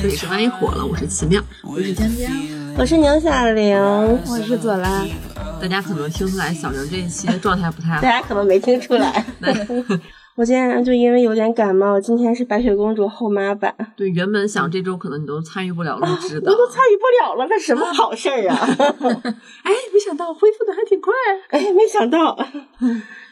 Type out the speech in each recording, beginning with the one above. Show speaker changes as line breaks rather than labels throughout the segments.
是喜欢一火了，我是奇妙，我是江江。
我是牛小玲，
我是左拉，
大家可能听出来小玲这一期的状态不太
大
好，
家可能没听出来。我今天就因为有点感冒，今天是白雪公主后妈版，
对，原本想这周可能你都参与不了录制
我
的，
都参与不了了，那什么好事儿啊！
哎，没想到恢复的还挺快，啊
哎，没想到，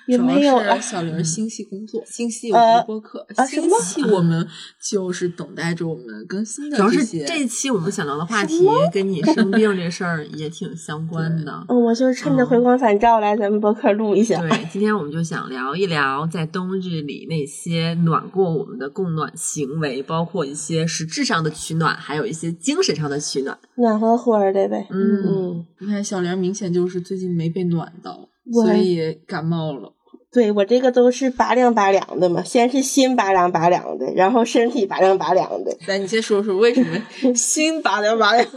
也
主
没有
要
啊
是。小玲儿心系工作，心系我们的播客，
啊什
心
么
系我们就是等待着我们更新的
主要是
些。嗯
这一期我们想聊的话题
什
跟你生病这事儿也挺相关的。
嗯，我就是趁着回光返照来咱们播客录一下。
对，今天我们就想聊一聊在冬日里那些暖过我们的供暖行为，包括一些实质上的取暖，还有一些精神上的取暖。
暖和和儿的呗。
嗯，
嗯，
你看小玲儿明显就是最近没被暖到，
我
所以感冒了。
对我这个都是拔凉拔凉的嘛，先是心拔凉拔凉的，然后身体拔凉拔凉的。
来，你先说说为什么心拔凉拔凉？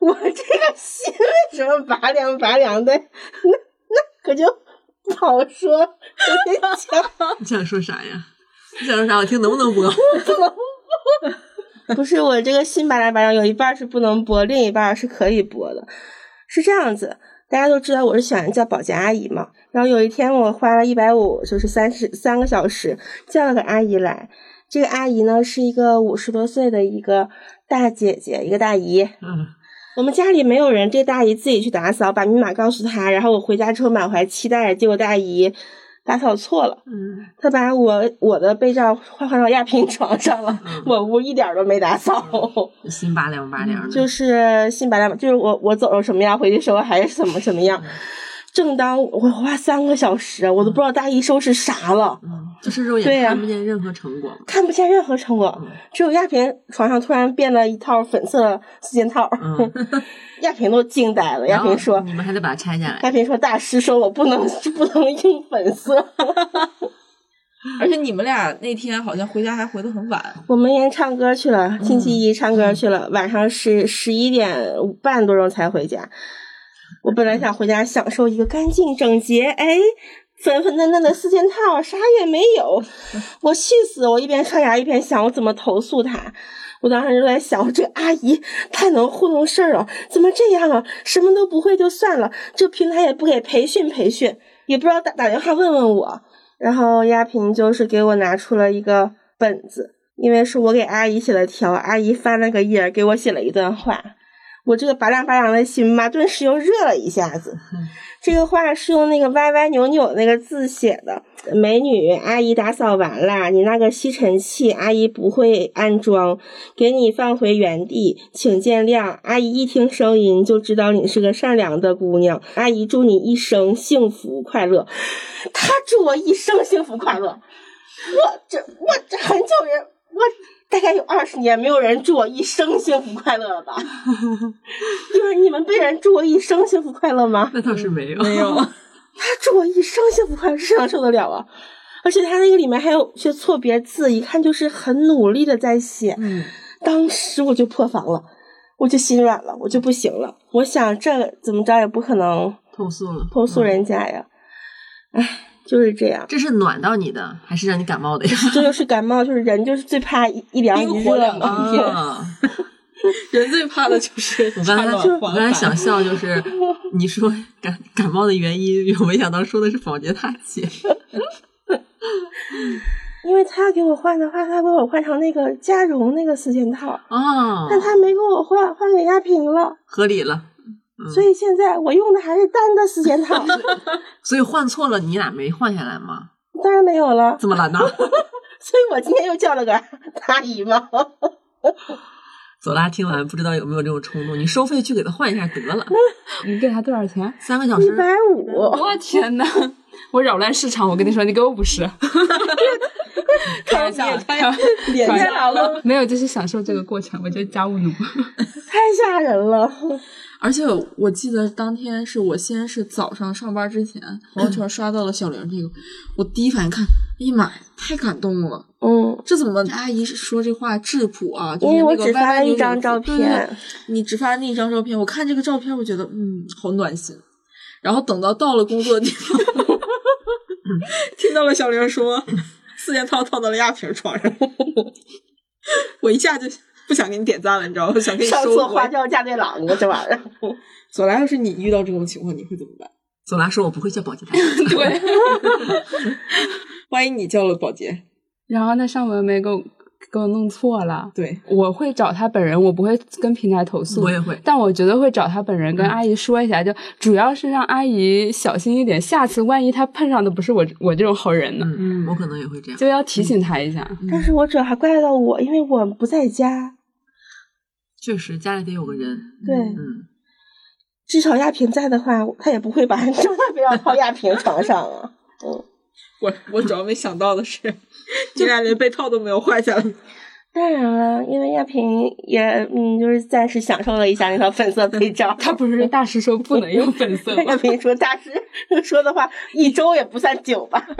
我这个心为什么拔凉拔凉的？那那可就不好说， 我得讲。
你想说啥呀？你想说啥？我听能不能播？
不是我这个心拔凉拔凉，有一半是不能播，另一半是可以播的。是这样子，大家都知道我是喜欢叫保洁阿姨嘛。然后有一天我花了一百五，就是三十三个小时叫了个阿姨来。这个阿姨呢是一个五十多岁的一个大姐姐，一个大姨，
嗯，
我们家里没有人，这大姨自己去打扫，把密码告诉她，然后我回家之后满怀期待，结果大姨打扫错了，
嗯，
她把我我的被罩换换到压平床上了，
嗯
我屋一点儿都没打扫，
心拔凉拔凉的，
就是新白兰，就是我我走成什么样，回去收拾还是怎么什么
嗯
样。正当我我花三个小时，我都不知道大姨收拾啥了，
嗯，就是肉
对
眼
呀
看不见任何成果嘛。
看不见任何成
嗯
果，只有亚萍床上突然变了一套粉色四件套，
嗯，
亚萍都惊呆了。
然
亚
后
萍说：“
你们还得把它拆下来。
大平说：“大师说我不能 不能用粉色。
而且你们俩那天好像回家还回的很 晚，
我们连唱歌去了，星期一唱歌去了，晚上十十一点半多钟才回家。我本来想回家享受一个干净整洁，哎，粉粉嫩嫩的四件套，啥也没有。我气死！我一边刷牙一边想，我怎么投诉他。我当时就在想，我这个阿姨太能糊弄事儿了，哦怎么这样啊？什么都不会就算了，这平台也不给培训培训，也不知道打打电话问问我。然后亚萍就是给我拿出了一个本子，因为是我给阿姨写的条，阿姨翻了个页儿给我写了一段话。我这个拔凉拔凉的心嘛，顿时又热了一下子。这个话是用那个歪歪扭扭那个字写的。美女，阿姨打扫完啦，你那个吸尘器阿姨不会安装，给你放回原地，请见谅。阿姨一听声音就知道你是个善良的姑娘，阿姨祝你一生幸福快乐。 她祝我一生幸福快乐，我这我这很久人，我大概有二十年没有人祝我一生幸福快乐了吧？ 就是你们被人祝我一生幸福快乐吗？
那倒是没有，
没有，
他祝我一生幸福快乐，谁能受得了啊？而且他那个里面还有些错别字，一看就是很努力的在写。
嗯，
当时我就破防了，我就心软了，我就不行了。我想这怎么着也不可能
投诉了，嗯
投诉人家呀。唉，就是这样，
这是暖到你的，还是让你感冒的呀？
这就是感冒，就是人就是最怕一一凉一
冰火
热
两
嘛。
极
啊。
人最怕的就是
我刚才
怕暖
我
黄
刚才
疸
想笑，就是你说感感冒的原因，我没想到说的是保洁大姐。
因为他给我换的话，他把我换成那个加绒那个四件套，
啊
哦，
但他没给我换，换给亚萍了。
合理了，
嗯
所以现在我用的还是单的四件 套，
所以换错了，你俩没换下来吗？
当然没有了。
这么懒呢？
所以我今天又叫了个大姨妈。
左拉听完不知道有没有这种冲动，你收费去给他换一下得了，
你给他多少 钱？
三个小
一
时。
百五，
我天呐，我扰乱市场，我跟你说，你给我五十。开玩笑，开玩
脸
开玩
太
笑
老了，
没有，就是享受这个过程，我就是家务奴。
太吓人了。
而且我记得当天是我先是早上上班之前，朋友圈刷到了小玲这个，我第一反应看，哎呀妈呀，太感动了！
嗯，
这怎么阿姨说这话质朴啊？就是
因为
那个
我只
歪
发
歪
了一
扭扭
张照
对
片
对你只发了一张照片，我看这个照片，我觉得嗯，好暖心。然后等到到了工作地方， 听到了小 玲说四件套套到了亚萍床上，我一下就。不想给你点赞了，你知道吗？想给你
上
收
错
回
花。轿嫁对郎，你说这玩意儿。
左来，要是你遇到这种情况，你会怎么办？
左拉说：“我不会叫保洁大哥。
对，万一你叫了保洁，
然后那上门没给我给我弄错了，
对，
我会找他本人，我不会跟平台投诉
我。也会。
但我觉得会找他本人跟
嗯
阿姨说一下，就主要是让阿姨小心一点，下次万一她碰上的不是我我这种好人呢，
嗯，我可能也会这样。
就要提醒她一下。
嗯
但是我主要还怪到我，因为我不在家。
确实，家里得有个人。
对，
嗯，
至少亚萍在的话，他也不会把 张大彪抛亚萍床上啊。
我我主要没想到的是，你俩连被套都没有换下来。
当然了，因为亚萍也嗯，就是暂时享受了一下那套粉色被 罩。
他不是大师说不能用粉色
亚
吗？
萍说大师说的话，一周也不算久吧。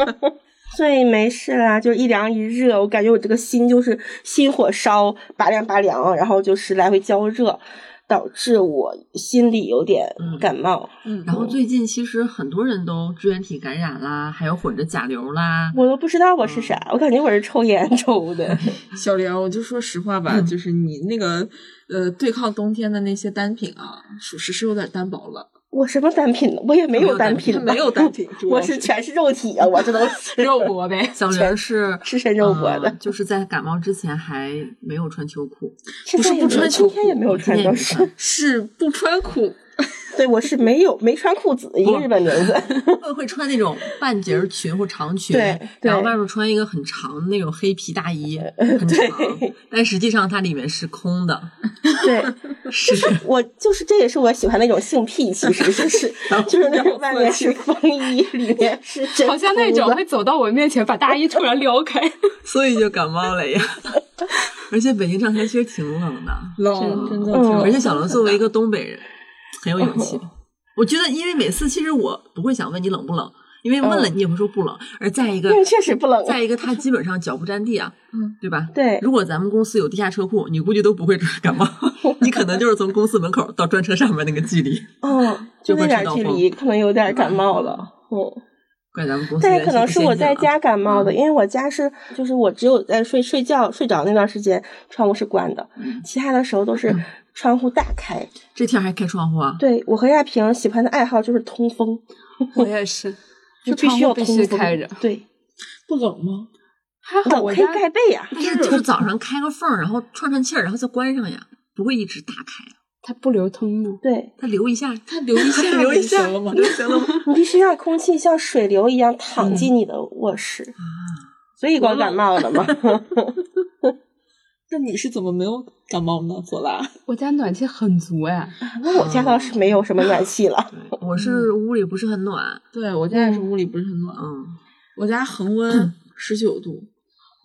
所以没事啦，就一凉一热，我感觉我这个心就是心火烧，拔凉拔凉，然后就是来回焦热，导致我心里有点
嗯
感冒。
嗯
然后最近其实很多人都支原体感染啦，还有混着甲流啦。
我都不知道我是啥，我感觉我是抽烟 抽的。
小玲，我就说实话吧，
嗯
就是你那个呃，对抗冬天的那些单品啊，属实是有点单薄了。
我什么单品呢？我也没有单品
它
吧，
没有单 品，主要
我是全是肉体啊，我这都是
肉搏呗，
小玲是
吃身肉搏的
呃就是在感冒之前还没有穿秋裤，
现
不是
在
不
也没有
穿秋
今天也没有
今
穿
天也
过
没穿。
是不穿裤。
对，我是没有没穿裤子，一个日本名字，
会会穿那种半截儿裙或长裙，
对对呃
然后外面穿一个很长的那种黑皮大衣，很长，但实际上它里面是空的。
对
是，
我就是这也是我喜欢那种性癖，其实就是就是那种外面是风衣，里面是真
好像那种
裤子
会走到我面前把大衣突然撩开。
所以就感冒了呀。 而且北京这两天其实挺冷的，
冷，真的挺
嗯哦
冷。
而且小龙作为一个东北人，很有勇气。我觉得，因为每次其实我不会想问你冷不冷，因为问了你也会说不冷，而再一个
嗯因为确实不冷啊
再一个他基本上脚不沾地啊，嗯，对吧？
对
如果咱们公司有地下车库，你估计都不会感 冒，你可能就是从公司门口到专车上面那个距 离。
嗯，就那点
就会
距
知道
离可能有点感冒了，嗯。
怪咱们公司
但
人
也可能是我在家感冒的，
嗯
因为我家是就是我只有在睡睡觉睡着那段时间窗户是关的，其他的时候都是窗户大开。
这天还开窗户啊？
对我和亚萍喜欢的爱好就是通风，
我也是，
就
就
必
窗
须要
户必
通
须
风。
开着。
对，
不冷吗？
还好
冷
我
可以
家
盖被呀、
但是就是早上开个缝儿，然后串串气儿，然后再关上呀，不会一直大开啊。
它不流 通呢，
对
它留一下，
它留一下，
留一下
行了吗？
行了吗？
你必须让空气像水流一样
嗯
淌进你的卧室，
啊
所以我感冒了嘛。
那你是怎么没有感冒呢，左拉？
我家暖气很足哎，
那我家倒是没有什么暖气 了，
对我是屋里不是很暖，
对我家也是屋里不是很暖，
嗯，
我家恒温十九度。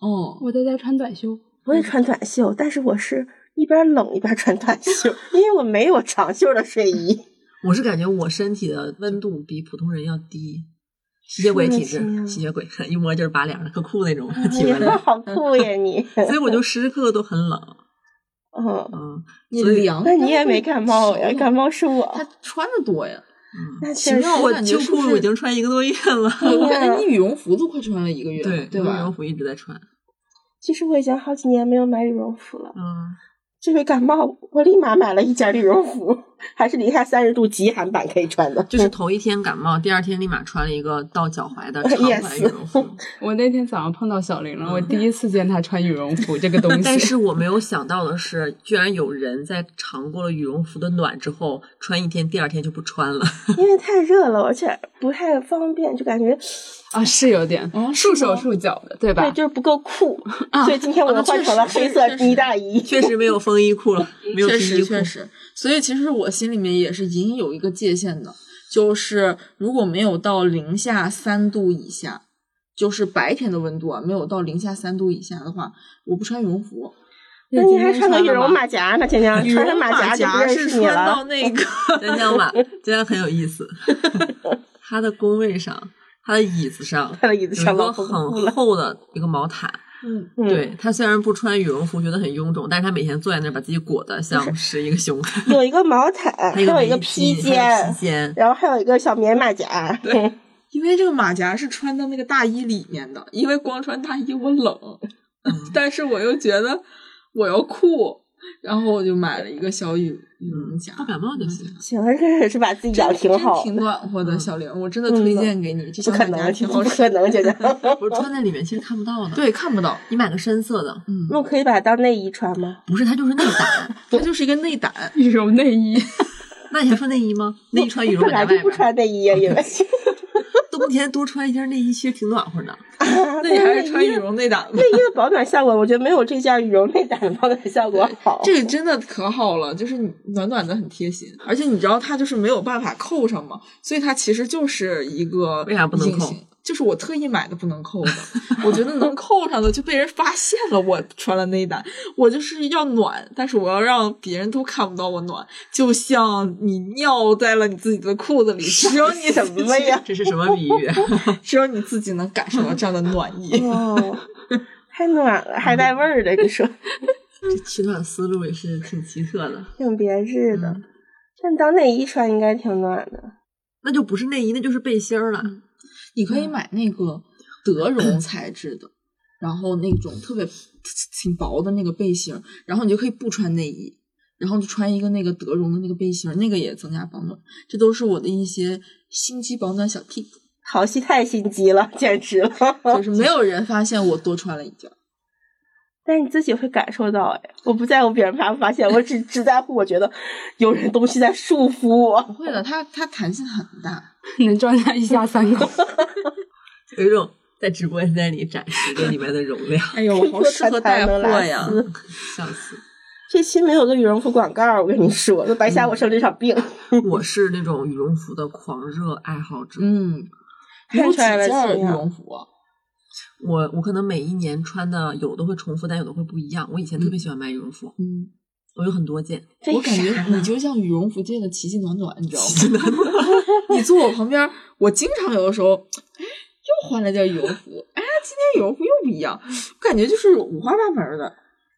哦，
我在家穿短袖。
我也穿短袖，但是我是一边冷一边穿短袖，因为我没有长袖的睡 衣。
我是感觉我身体的温度比普通人要低。吸血鬼体
是吗
啊
质，吸血鬼 一摸就是拔凉的，可酷那种体
你
温了。
好酷呀 你！
所以我就时时刻刻都很冷，
嗯，
嗯，
你
所以
凉，
那你也没感冒呀？感
冒
冒是我
他，穿的多 呀。
那
嗯
确实
奇妙
我
感觉
秋
是不
裤
是
已经穿一个多月了，
我我感
呀
觉你羽绒服都快穿了一个月了，对
羽
吧
绒？服一直在穿，
其实我已经好几年没有买羽绒服了。
嗯，
这回感冒，我立马买了一件羽绒服，还是零下三十度极寒版可以穿的。
就是头一天感冒，第二天立马穿了一个到脚踝 的长
Yes
款羽绒服，
我那天早上碰到小玲了，我第一次见她穿羽绒服这个东 西。
但是我没有想到的是，居然有人在尝过了羽绒服的暖之后，穿一天，第二天就不穿了。
因为太热了，而且不太方便，就感觉
啊，是有点
哦是
束
吗
手束脚的，对
对
吧？
就是不够酷。所以今天我
啊
又
那确
换成了
实
黑
是
色
确实
呢大衣。
确实没有风衣裤了，没有
确
皮衣
实
裤
确。实，所以其实我心里面也是隐隐有一个界限的，就是如果没有到零下三度以下，就是白天的温度啊，没有到零下三度以下的话，我不穿羽绒服。
那你还穿个羽绒马甲呢，天天
羽
穿
绒
上马甲就不认
是
识你
穿到
了。
那个
江江吧，江江很有意思， 他的工位上，他的椅子上，
他的椅子上
有一
老
个
风呼
很
了
厚的一个毛毯。
嗯，
嗯
对他虽然不穿羽绒服，觉得很臃肿，但是他每天坐在那儿把自己裹得像是一个熊，
有一个毛毯，还
还有
有
围
一个披
巾还有
肩
披，肩，
然后还有一个小棉马甲。
因为这个马甲是穿到那个大衣里面的， 因为光穿大衣我冷，但是我又觉得我要酷，然后我就买了一个小羽羽绒夹
不，感冒就行。
行，这个是把自己养嗯挺
真
好
挺
的，
暖和的。小玲，我真的
嗯
推荐给你，这
不
小
可
马甲
能，
挺
不
好使。嗯
可能，姐姐。
不
哦
是穿在里面其实看不到的。，
对，看不到，
你买个深色的，
嗯，
那我可以把它当内衣穿吗？
不是它就是内胆。
它就是一个内胆。
羽绒内衣，
那你还穿内衣 吗？内衣穿羽绒
本
我在
来就
外
不
边，
穿内衣
哦
啊， 因为
冬天多穿一件内衣其实挺暖 和的。
那你还是穿羽绒内胆吧
内。衣的保暖效果，我觉得没有这件羽绒内胆的保暖效果好。
这个真的可好了，就是你暖暖的，很贴心。而且你知道它就是没有办法扣上嘛，所以它其实就是一个
为啥不能
隐
扣
形？就是我特意买的不能扣的， 我觉得能扣上的就被人发现了。我穿了内胆，我就是要暖，但是我要让别人都看不到我暖，就像你尿在了你自己的裤子里，只有你啊
什么呀？
这是啊什 么比喻？
只有你自己能感受到这样的暖意。
哦，太暖了，还带味儿的，你说
这 取暖思路也是挺奇特的。
挺别致的。
嗯
但当内衣穿应该挺暖的，
那就不是内衣，那就是背心儿了。
你可以买那个德 绒材质的，然后那种特别挺薄的那个背心儿，然后你就可以不穿内衣，然后就穿一个那个德绒的那个背心儿，那个也增加保暖。这都是我的一些心机保暖小 tip，
好戏太心机了，简直了。
就是没有人发现我多穿了一件儿。
但你自己会感受到，哎，我不在乎别人发不发现，我只只在乎我觉得有人东西在束缚我。
不会的，它它弹性很大。
能装下一下三口。
有一种在直播间里展示着里面的容量，
哎呦，我好适合带货呀！
笑死！
这期没有个羽绒服广告，我跟你说，都白瞎我生这场
嗯
病。
我是那种羽绒服的狂热爱好者，
嗯，你
看
有几
出来了
件儿
怎
羽
么样
绒服啊？
我我可能每一年穿的有的会重复，但有的会不一样。我以前特别喜欢买羽绒服，
嗯，
我有很多件。
这
我感觉
啥
你就像羽绒服界的奇迹暖暖，你知道吗？你坐我旁边儿，我经常有的时候，哎，又换了件羽绒服，哎，今天羽绒服又不一样，感觉就是五花八门儿的，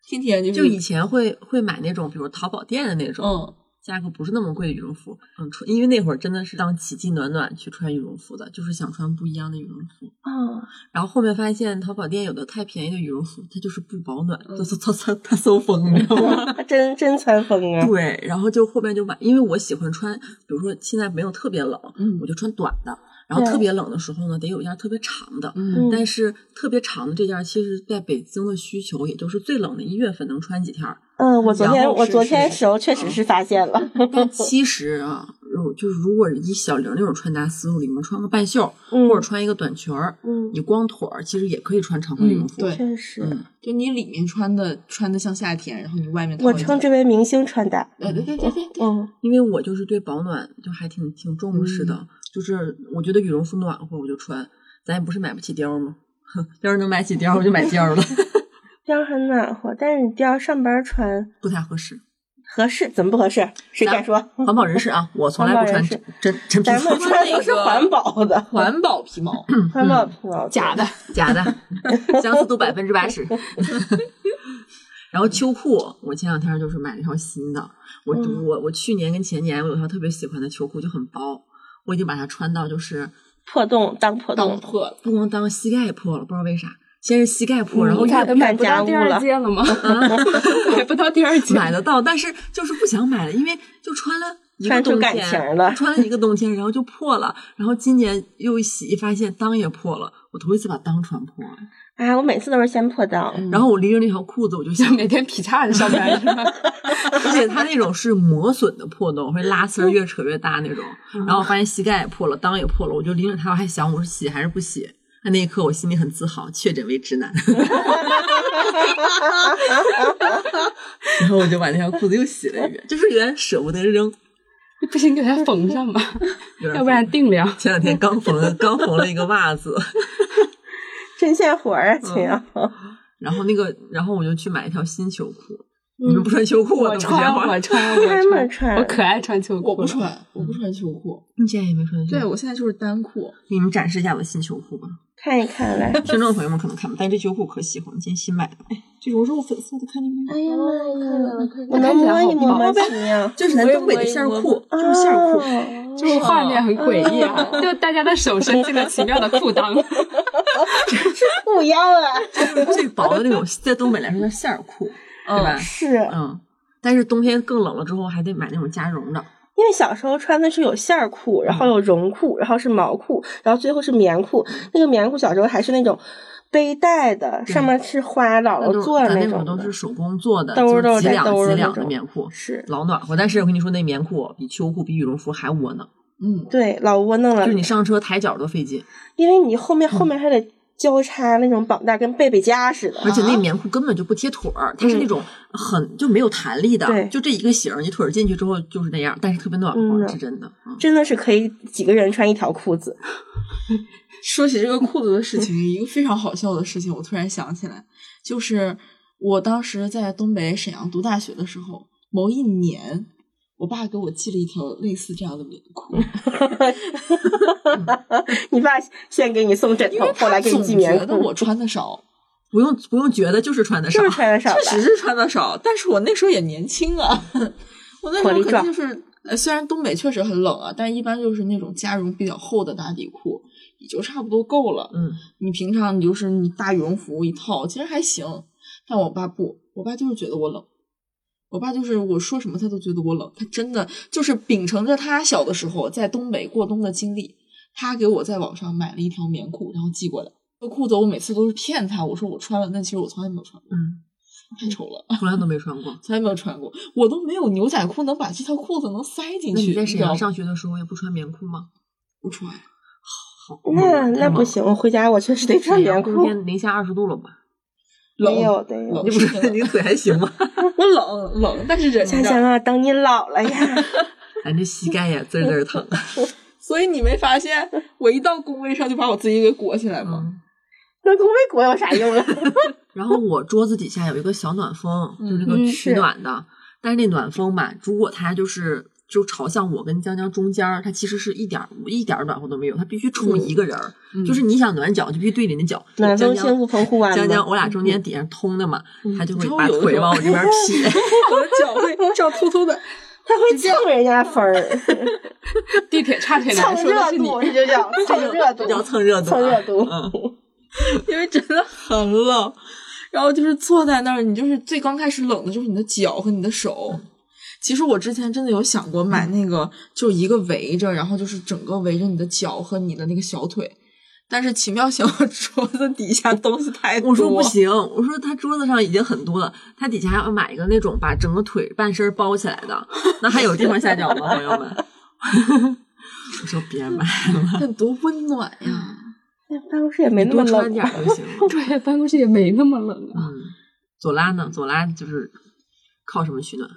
天天就是
就以前会会买那种，比如淘宝店的那种，
嗯，
价格不是那么贵的羽绒服，嗯，穿，因为那会儿真的是当奇迹暖暖去穿羽绒服的，就是想穿不一样的羽绒服。
啊？
然后后面发现淘宝店有的太便宜的羽绒服，它就是不保暖，
嗯
它它它它它搜风，你知道 吗？
他哦真真穿风
嗯
啊！
对，然后就后面就买，因为我喜欢穿，比如说现在没有特别冷，
嗯
我就穿短的，然后
对
特别冷的时候呢，得有一件特别长的。
嗯
但是特别长的这件，其实在北京的需求，也就是最冷的一月份能穿几天儿。
嗯，我昨
然
天
后
我
是
昨
是
天
是
时候确实是发现了，
嗯
但其实啊，如就是如果以小玲那种穿搭思路，里面穿个半袖儿，
嗯
或者穿一个短裙儿，
嗯
你光腿儿其实也可以穿常规羽绒
嗯
服。
对
确实，
嗯
就你里面穿的穿的像夏天，然后你外面
我
套一
称
件
之为明星穿搭。
呃对对对对对，
嗯，
因为我就是对保暖就还挺挺重视的，就是我觉得羽绒服暖和我就穿，咱也不是买不起貂儿吗？哼要是能买起貂儿，我就买貂儿 了，
这样很暖和，但是你这样上班穿
不太合适。
合适？怎么不合适？谁敢说？
环保人士啊，我从来
环
不
保
穿
人士
真真真皮
咱们
裤，
穿都是环保的，
环保皮毛，
环保皮毛
假的，
假的， 相似度百分之八十。 然后秋裤，我前两天就是买了一条新的，我、
嗯
我我去年跟前年我有一条特别喜欢的秋裤，就很薄，我已经把它穿到就是
破洞当破
当
洞，
破了，
不光当膝盖破了，不知道为啥，先是膝盖破，然后
你看
越
都
买
买
哎不
家
到
务
第二
了，
件了吗？买不到第二件，
买得到，但是就是不想买了，因为就穿了一个
穿出
冬
感
天，
情了。
穿了一个冬天，然后就破了，然后今年又一洗，发现裆也破了，我头一次把裆穿破了，
啊，我每次都是先破裆，
嗯
然后我拎着那条裤子，我就
就
想，
每天劈叉着上班是吧？
而且它那种是磨损的破洞，会拉丝儿越扯越大那种，
嗯
然后我发现膝盖也破了，裆也破了，我就拎着它，我还想我是洗还是不洗。那那一刻，我心里很自豪，确诊为直 男。然后我就把那条裤子又洗了一遍，就是有点舍不得扔，
你不行，给它缝上吧，
有点
要不然定量。
前两天刚缝了刚缝了一个袜子，
针线活儿啊，亲啊！
然后那个，然后我就去买一条新秋裤。你们不
嗯
穿秋裤啊，
我
怎么这
穿，
样
我穿，
他
我
们
穿，
穿
我可爱穿秋裤
我
了，
不穿，我不穿秋裤，
你现在也没穿秋
对
裤。
我现在就是单裤，
给你们展示一下我的新秋裤吧。
看一看来，
听众朋友们可能看不，但这秋裤可喜欢，今天新买的，这柔柔粉色的，看见没有？
哎呀妈呀！我
看
能
起来
摸
好
一摸吗，
棒
亲呀？
这是咱东北的线儿裤，就是线儿裤。
哦
就是画面很诡异
嗯
啊，就大家的手伸进了奇妙的裤裆，
是不一样啊！
就是最薄的那种，在东北来说叫线儿裤，对吧？
是，
嗯，但是冬天更冷了之后，还得买那种加绒的。
因为小时候穿的是有线儿裤，然后有绒裤，然后是毛裤，然后最后是棉裤。那个棉裤小时候还是那种背带的，
对
上面是花姥
那
姥
种
做的
咱那
种
都
的
是手工做的，
兜儿
就是
兜儿
几
带
两
兜儿
几
的那
两的
种
棉裤，
是
老暖和。但是我跟你说，那棉裤比秋裤、比羽绒服还窝囊，
嗯，
对老窝弄了
就是，你上车抬脚都费劲，
因为你后面后面还得交叉那种绑带，跟贝贝夹似的。
而且那棉裤根本就不贴腿儿，它是那种很就没有弹力的
嗯对，
就这一个型儿，你腿儿进去之后就是那样，但是特别暖
嗯
和，是真的。嗯
真的是可以几个人穿一条裤子，
说起这个裤子的事情，一个非常好笑的事情，我突然想起来，就是我当时在东北沈阳读大学的时候，某一年，我爸给我寄了一条类似这样的棉裤，
你爸先给你送枕
因
头
为，
后来
他
给你
总
寄棉
觉得
裤
我，穿的少，
不用不用觉得就是穿的少
就，是穿的少
确实
的。
是穿的少，但是我那时候也年轻啊， 我那时
火力
候肯
壮
定就是，呃，虽然东北确实很冷啊，但一般就是那种加绒比较厚的打底裤，也就差不多够了。
嗯，
你平常你就是你大羽绒服一套，其实还行。但我爸不，我爸就是觉得我冷，我爸就是我说什么他都觉得我冷，他真的就是秉承着他小的时候在东北过冬的经历，他给我在网上买了一条棉裤，然后寄过来。这裤子我每次都是骗他，我说我穿了，但其实我从来没有穿过，
嗯，
太丑了，
从来都没穿过。
从来没有穿过，我都没有牛仔裤能把这条裤子能塞进
那
去。
你在沈阳
你知道吗
上啊学的时候也不穿棉裤吗？
不穿？
好，
那
嗯
那不，行，我回家我确实得穿
沈
棉
阳
裤
冬。天零下二十度了 吧？
冷
没有，对，
冷
你不是 你腿还行吗？
我冷冷，但是忍
想
着
想。啊，等你老了呀，
咱这哎膝盖呀，滋儿滋儿疼。
所以你没发现我一到工位上就把我自己给裹起来吗？
嗯。
那工卫国有啥用啊？
然后我桌子底下有一个小暖风，
嗯
就是那个
嗯
取
是
暖的。但是那暖风吧，如果它就是就朝向我跟江江中间儿，它其实是一点儿一点儿暖和都没有，它必须冲一个人儿。
嗯
就是你想暖脚，就必须对你的脚。
暖
江
风
江
幸福澎湖湾
江江，
吗？
我俩中间底下通的嘛，
嗯
它就会
然后
把
有的
腿
时候
往我 这边撇。
我的脚会这样突突的。
他会蹭人家分儿，
地铁差 腿男
蹭
说的
热
是你，
度，这就叫蹭热度
这，叫蹭热度啊，
蹭热度
嗯，
因为真的很冷。然后就是坐在那儿，你就是最刚开始冷的就是你的脚和你的手。
嗯
其实我之前真的有想过买那个，就一个围着，然后就是整个围着你的脚和你的那个小腿。但是奇妙小 桌子底下东西太 多，
我说不行，我说他桌子上已经很多了，他底下还要买一个那种把整个腿半身包起来的，那还有地方下脚吗，朋友们？ 我说别买 了，
但多温暖呀！
那办公室也没哎那 么
多穿
冷
点
吧。
儿就行了。
对，办公室也没那么冷啊，
嗯，左拉呢？左拉就是靠什么取暖？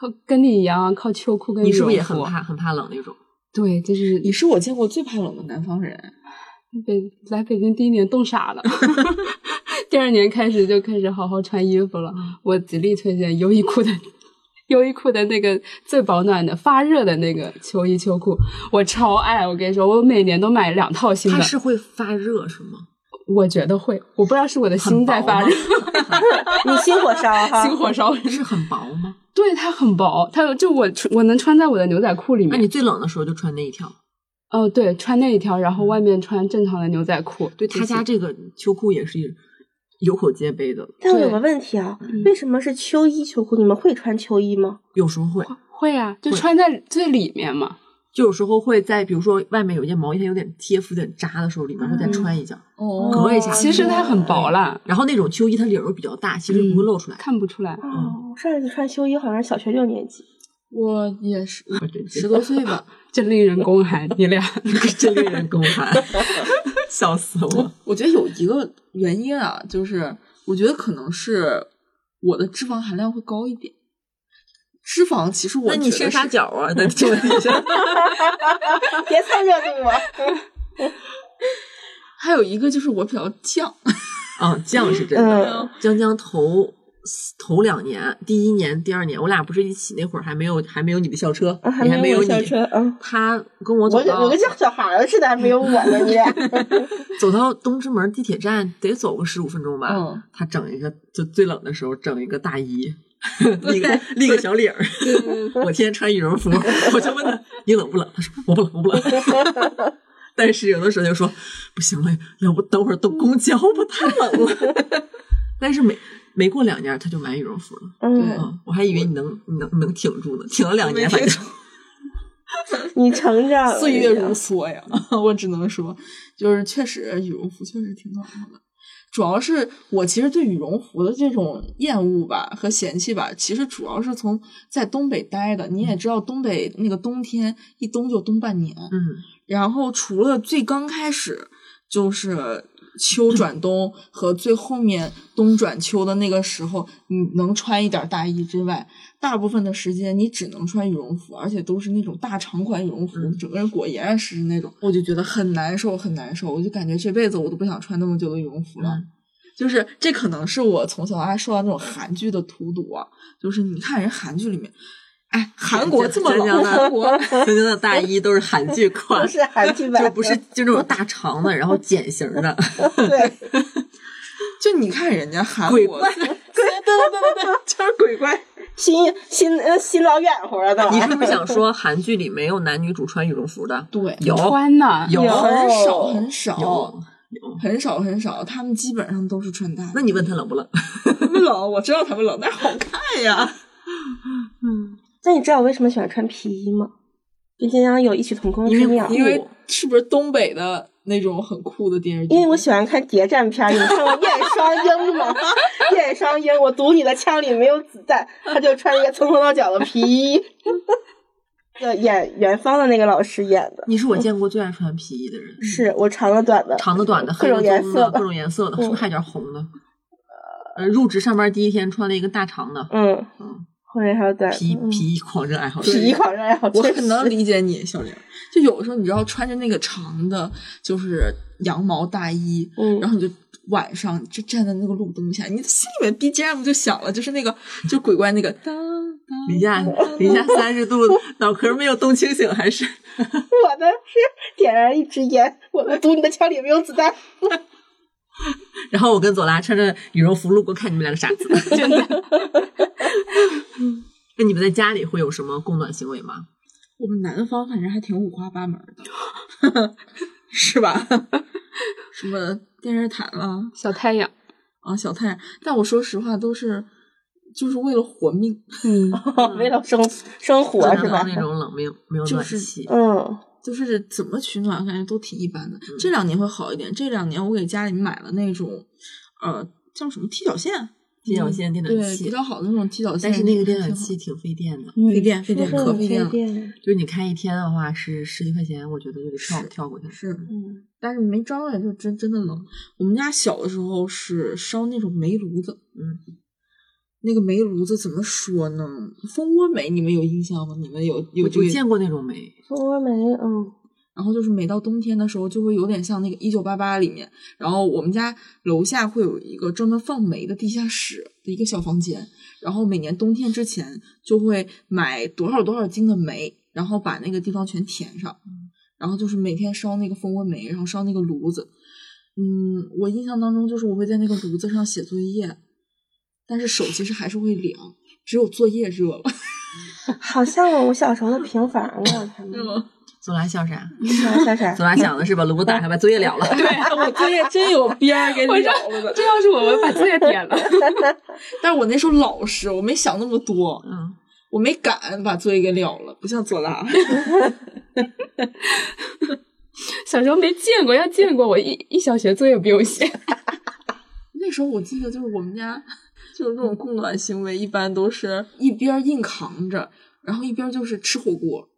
靠跟你一样，啊靠秋裤跟羽
你是不
绒
是也很
服。
怕很怕冷那种？
对，就是
你是我见过最怕冷的南方人，
北来北京第一年冻傻了， 第二年开始就开始好好穿衣服了。
嗯
我极力推荐优衣库的。优衣库的那个最保暖的发热的那个秋衣秋裤，我超爱。我跟你说，我每年都买两套新
它
的。
是会发热是吗？
我觉得会，我不知道是我的心在发热，
你心火烧 哈
心，火烧。
是很薄吗？
对，它很薄，它就我穿我能穿在我的牛仔裤里
那
面。
你最冷的时候就穿那一条。
哦，对，穿那一条，然后外面穿正常的牛仔裤。
对
就
他
是
家这个秋裤也是有口皆碑的，
但我有个问题啊，为什么是秋衣秋裤？你们会穿秋衣吗？
有时候会。
会啊，就
会
穿在最里面嘛。
就有时候会在，比如说外面有件毛衣，它有点贴肤、有点扎的时候，里面会再穿一件，
哦
隔一下。
其实它很薄啦，
然后那种秋衣它领儿又比较大，其实不会露出来。
看不出来。
哦，我上一次穿秋衣好像是小学六年级，
我也是
我真
十多岁吧，
真令人 公寒，你 俩
真令人公寒，笑死我！
我觉得有一个原因啊，就是我觉得可能是我的脂肪含量会高一点。脂肪其实我
那你
觉
伸
得
啥
是
脚 啊？在桌底下，
别蹭热度啊！
还有一个就是我比较犟，
啊，犟是真
嗯啊
的。江江头头两年，第一年、第二年，我俩不是一起那会儿还没有还没有你的校车，
啊还
你还
没有
有
我校
你
车嗯
他跟我
我
走
就
到
我跟像小孩儿似的，还没有我呢，你俩。
走到东直门地铁站得走个十五分钟吧。
嗯，
他整一个，就最冷的时候整一个大 衣，立个立个小领儿。我天天穿羽绒服，我就问他你冷不冷？他说我不冷，我不冷。 但是有的时候就 说不行了，要不等会儿等公交吧，太冷了。但是每没过两年他就买羽绒服了。
对
嗯，
嗯，我还以为你能你能能挺住呢，挺了两年，反正
你成长了
岁月如梭呀， 我只能说，就是确实哎羽绒服确实挺暖和的。主要是我其实对羽绒服的这种厌恶吧和嫌弃吧，其实主要是从在东北待的。你也知道，东北那个冬天一冬就冬半年，
嗯，
然后除了最刚开始就是秋转冬和最后面冬转秋的那个时候，你能穿一点大衣之外，大部分的时间你只能穿羽绒服，而且都是那种大长款羽绒服，
嗯
整个人裹严严实实那种，我就觉得很难受，很难受，我就感觉这辈子我都不想穿那么久的羽绒服了。
嗯
就是这可能是我从小到大受到那种韩剧的荼毒啊，就是你看人韩剧里面，哎，韩国这么
讲
冷，
讲呢
韩国
曾经的大衣都是韩剧款
不，是韩剧版
就
的，
不是就那种大长的，然后茧型 的，
对，
就你看人家韩国
鬼怪
对对对对对，就是鬼怪。
新新呃新老远乎了都。
你是不是想说韩剧里没有男女主穿羽绒服 的？
对，
有
穿呢，
有
有
很少很少
有，
很少很少，他们基本上都是穿搭。
那你问他冷不 冷？
他们冷，我知道他们冷，但是好看呀。
那你知道我为什么喜欢穿皮衣吗？跟江江有异曲同工之妙，
因为是不是东北的那种很酷的电视剧？
因为我喜欢看谍战片儿，你看过《燕双 鹰》吗？《燕双鹰》，我赌你的枪里没有子弹，他就穿一个从头到脚的皮衣。这演元芳的那个老师演的，
你是我见过最爱穿皮衣的 人，
是我长的短的，
嗯长的、短的、
各
黑的、
种颜
棕的，
色
各种颜色的，
嗯
是不是还有点红的？呃，入职上班第一天穿了一个大长的
嗯
嗯，
后面还有短的
皮
嗯
皮衣狂热爱好者，
皮衣狂热爱好，
我
确实
很能理解你，小玲。就有的时候，你知道穿着那个长的，就是羊毛大衣，
嗯
然后你就晚上就站在那个路灯下，你的心里面 BGM 就响了，就是那个就鬼怪那个当当
零下零下三十度，脑壳没有冻清醒，还是
我的是点燃一支烟，我的赌你的枪里没有子弹。
然后我跟左拉穿着羽绒服路过，看你们两个傻子，真的。那你们在家里会有什么供暖行为吗？
我们南方反正还挺五花八门的， 是吧？ 什么电热毯啦，
小太阳，
啊，小太阳。但我说实话，都是就是为了活命，
嗯，
为了生生活
就南
是吧
方？那种冷没有没有
就
暖
是
气，
嗯，
就是怎么取暖，感觉都挺一般的。这两年会好一点，这两年我给家里买了那种，呃，叫什么踢脚线，
电脚线、电暖
嗯对，
气
比，较好的那种踢脚线。
但是那个
挺
电暖
好
气挺费电的，
费电，费电
说
可
说
费
你
电
这
了。
店，
就是你开一天的话是十几块钱，我觉得就跳
是
跳过去了。
是，
嗯，
但是没招呀，就真真的冷。我们家小的时候是烧那种煤炉子，
嗯，
那个煤炉子怎么说呢？蜂窝煤，你们有印象吗？你们有有
我
这
就
个？
见过那种煤，
蜂窝煤，嗯，
然后就是每到冬天的时候，就会有点像那个《一九八八》里面，然后我们家楼下会有一个专门放煤的地下室的一个小房间，然后每年冬天之前就会买多少多少斤的煤，然后把那个地方全填上，然后就是每天烧那个蜂窝煤，然后烧那个炉子。嗯，我印象当中就是我会在那个炉子上写作业，但是手其实还是会凉，只有作业热了，
好像我小时候的平凡啊，我天
是
呐，
吗？
左拉笑啥？
你喜欢笑啥？
左拉想的是把 炉打开，把作业了了。
对我作业真有边儿给
我
了
说
了的。
这要是我们把作业点了，
但是我那时候老实，我没想那么多，
嗯，
我没敢把作业给了了，不像左拉。
小时候没见过，要见过我一一小学作业不用写，
那时候我记得就是我们家就是这种供暖行为，一般都是一边儿硬扛着，然后一边儿就是吃火锅，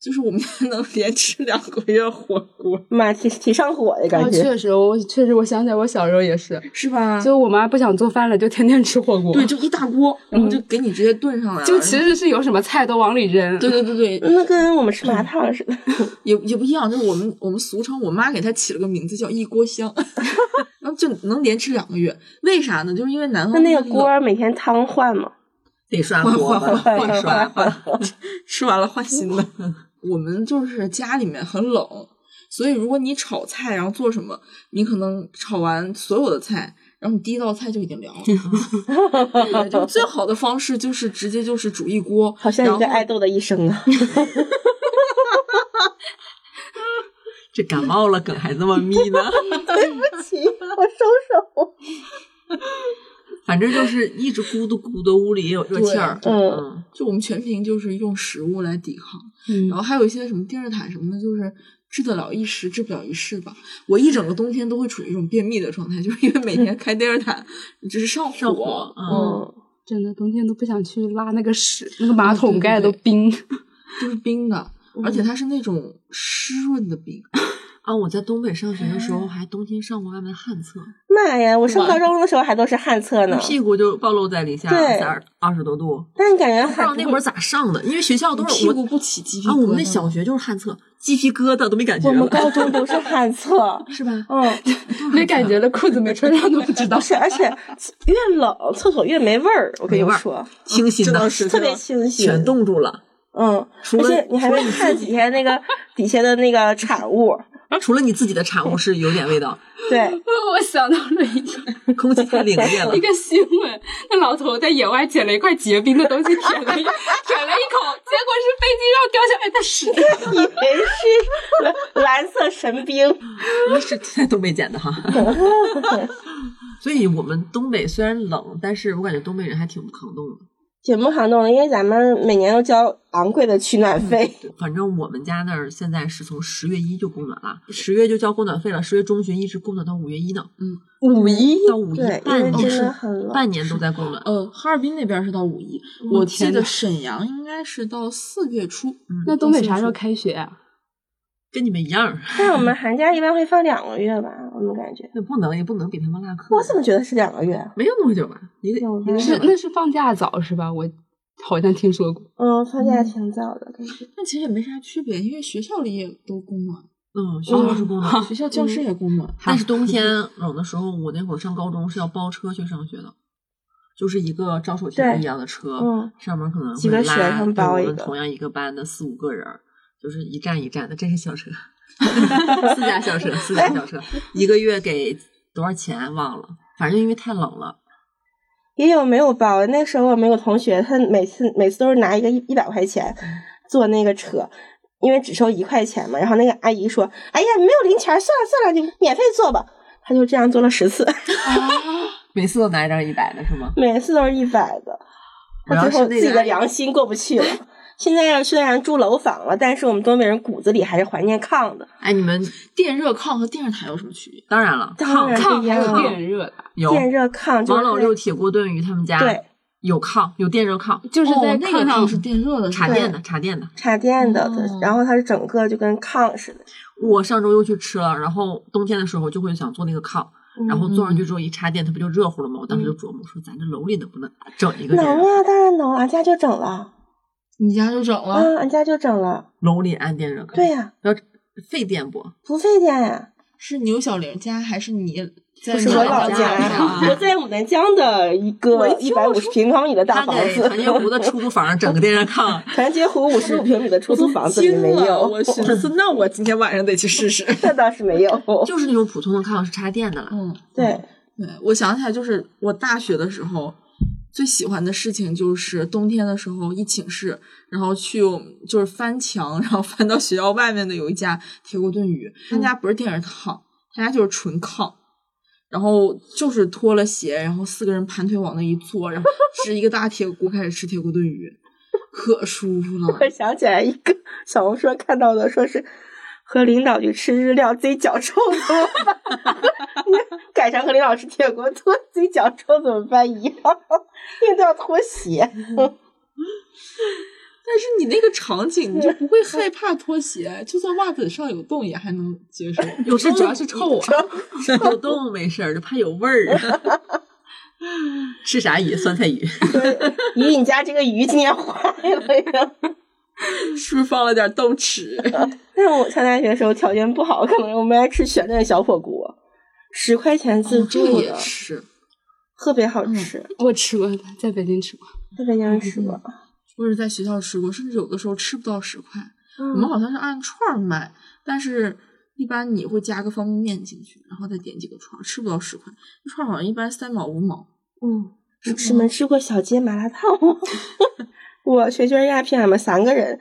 就是我们家 能连吃两个月火锅，
妈，挺挺上火的感觉。
哦确实，我确实，我想起来，我小时候也是，
是吧？
就我妈不想做饭了，就天天吃火锅，
啊对，就一大锅，然后就给你直接炖上来了。
就其实是有什么菜都往里扔，
对对对对，
那跟我们吃麻烫似
嗯
的，
也也不一样，就是我们我们俗称，我妈给它起了个名字叫一锅香， 然后就能连吃两个月。为啥呢？就是因为南
那
方
那个
嗯
冷
锅儿每天汤换吗？
得刷锅吧，
换换
得 刷
换
吧。
吃完了换新的。 我们就是家里面很冷，所以如果你炒菜，然后做什么，你可能炒完所有的菜，然后你第一道菜就已经 凉了。对就最好的方式就是直接就是煮一锅，
好像一个
然后
爱豆的一生 啊！
这感冒了梗还这么密呢？
对不起，我收手。
反正就是一直咕嘟咕嘟，屋里也有热气儿。
对
嗯，
嗯，
就我们全凭就是用食物来抵抗。
嗯
然后还有一些什么电热毯什么的，就是治得了一时，治不了一世吧。我一整个冬天都会处于一种便秘的状态，就是因为每天开电热毯，你只是上火。
上火。嗯，
嗯，
真的冬天都不想去拉那个屎，那个马
对
桶
对
盖都
对
冰。
就是冰的，而且它是那种湿润的冰。
啊，我在东北上学的时
哎
候，还冬天上过外面的旱厕，
妈呀！我上
哇
高中的时候还都是旱厕呢
一，屁股就暴露在零下
对
三二十多度，
但是感觉
不知
还
道那会儿咋上的，因为学校都是
屁
我
股不起鸡皮疙
啊，
瘩吗
我们那小学就是旱厕，鸡皮疙瘩都没感觉
我们
了，，
高中都是旱厕
是吧？
呃
嗯，
没感觉了，裤子没穿上都不知道
不。是，而且越冷厕所越没味儿，我跟
没
你
味儿
说，
清新
这
的
倒，是
特别清新，
全冻住了。
嗯，
除
而
了
且你还
除
会
了你
看几天 那个底下的那个产物，
除了你自己的产物是有点味道，
对，
我想到了一个
空气太 凛冽了
一。个新闻，那老头在野外捡了一块结冰的东西，舔了一 舔了一口，结果是飞机上掉下来的屎。
以为是蓝蓝色神兵，
那是在东北捡的哈。所以我们东北虽然冷，但是我感觉东北人还挺不抗冻的。
挺不好弄的，因为咱们每年都交昂贵的取
嗯
暖费，
反正我们家那儿现在是从十月一就供暖了，十月就交供暖费了，十月中旬一直供暖到五月一呢，
五一
到五一
对，因
半
为
年
真
是
的很冷。
半年都在供
哦
暖。
呃，哈尔滨那边是到五一，
我
我记
天
得
呐
沈阳应该是到四月初。
那东北啥时候开学啊？
跟你们一样，
但我们寒假一般会放两个月吧，我们感觉，
那不能也不能比他们落课。
我怎么觉得是两个月啊？
没有那么久吧？一个
有吧
一个月
是
吧
那是放假早是吧？我好像听说过。
嗯，放假挺早的，感觉。
但其实也没啥区别，因为学校里也都供暖，
嗯，学校是供暖，
哦
学校教室也供暖。
但是冬天冷的时候，我那会儿上高中是要包车去上学的，就是一个招手
对
停一样的车，
嗯
上面可能
几
会
个学
拉对
生包一
我们
个
同样一个班的四五个人儿，就是一站一站的，真是校 车，私家校车，私家校车，一个月给多少钱忘了，反正因为太冷了，
也有没有包的。那时候我们有个同学，他每次每次都是拿一个一一百块钱坐那个车，因为只收一块钱嘛。然后那个阿姨说：“哎呀，没有零钱儿，算了算了，你免费坐吧。”他就这样坐了十次， 啊
每次都拿一张一百的是吗？
每次都是一百的。
我要
他最
是
后
那个
自己
阿
的
姨
良心过不去了。现在虽然住楼房了，但是我们东北人骨子里还是怀念炕的。
哎，你们
电热炕和电热毯有什么区别？
当然了，
当然
炕
炕还有
炕
电热的，
有
电热炕就是
王老六铁锅炖鱼他们家
对
有炕，有电热炕，
就是在
哦那
炕
个
上
炕是电热的，是吧
插电的，插电的。
插电的，对
哦
然后它是整个就跟炕似的。
我上周又去吃了，然后冬天的时候就会想做那个炕，
嗯
然后坐上去之后一插电，它不就热乎了吗？我当时就琢磨说，咱这楼里能不能整一个这
能
个？
啊，当然能，俺家就整了。
你家就整了。
啊，俺家就整了。
楼里安电热炕？
对呀、
要费电不？
不费电呀、
是牛小玲家还是你在
不是
你
我
老
老
家
家
啊，
我在牡丹江的一
我
个
一
一
听
百
我
五
说
十平方米的大
他
房
给
子，
团，结湖的出租房整个电热炕
团结湖五十五平米的 出租房子里没有，
寻思，那我今天晚上得去试试。
那倒是没有。
就是那种普通的炕是插电的了。
嗯，
对，
对，我想起来，就是我大学的时候最喜欢的事情就是冬天的时候一寝室，然后去我们就是翻墙，然后翻到学校外面的有一家铁锅炖鱼，他家不是电热炕，他家就是纯炕。然后就是脱了鞋，然后四个人盘腿往那一坐，然后支一个大铁锅开始吃铁锅炖鱼，可舒服了。
我想起来一个小红书上看到的，说是和领导去吃日料，自己脚臭怎么办？ 你改成和领导吃铁锅炖，自己脚臭怎么办一样，因为都要脱鞋。
但是你那个场景，你就不会害怕脱鞋，就算袜子上有洞也还能接受。
有时候
是主要是臭啊。
有动物没事儿，就怕有味儿。吃啥鱼？酸菜鱼。
咦，你家这个鱼今年坏了呀？
是不是放了点豆豉？
但我上大学的时候条件不好，可能我们爱吃旋转小火锅，十块钱自
哦
助的，
是，
特别好吃，
我吃过，在北京吃过。
特别想吃过。
我是在学校吃过，甚至有的时候吃不到十块，
嗯
我们好像是按串儿卖，但是一般你会加个方便面进去，然后再点几个串儿，吃不到十块，串儿好像一般三毛五毛。
嗯，你吃没吃过小街麻辣烫吗？ 我学学亚片，俺们三个人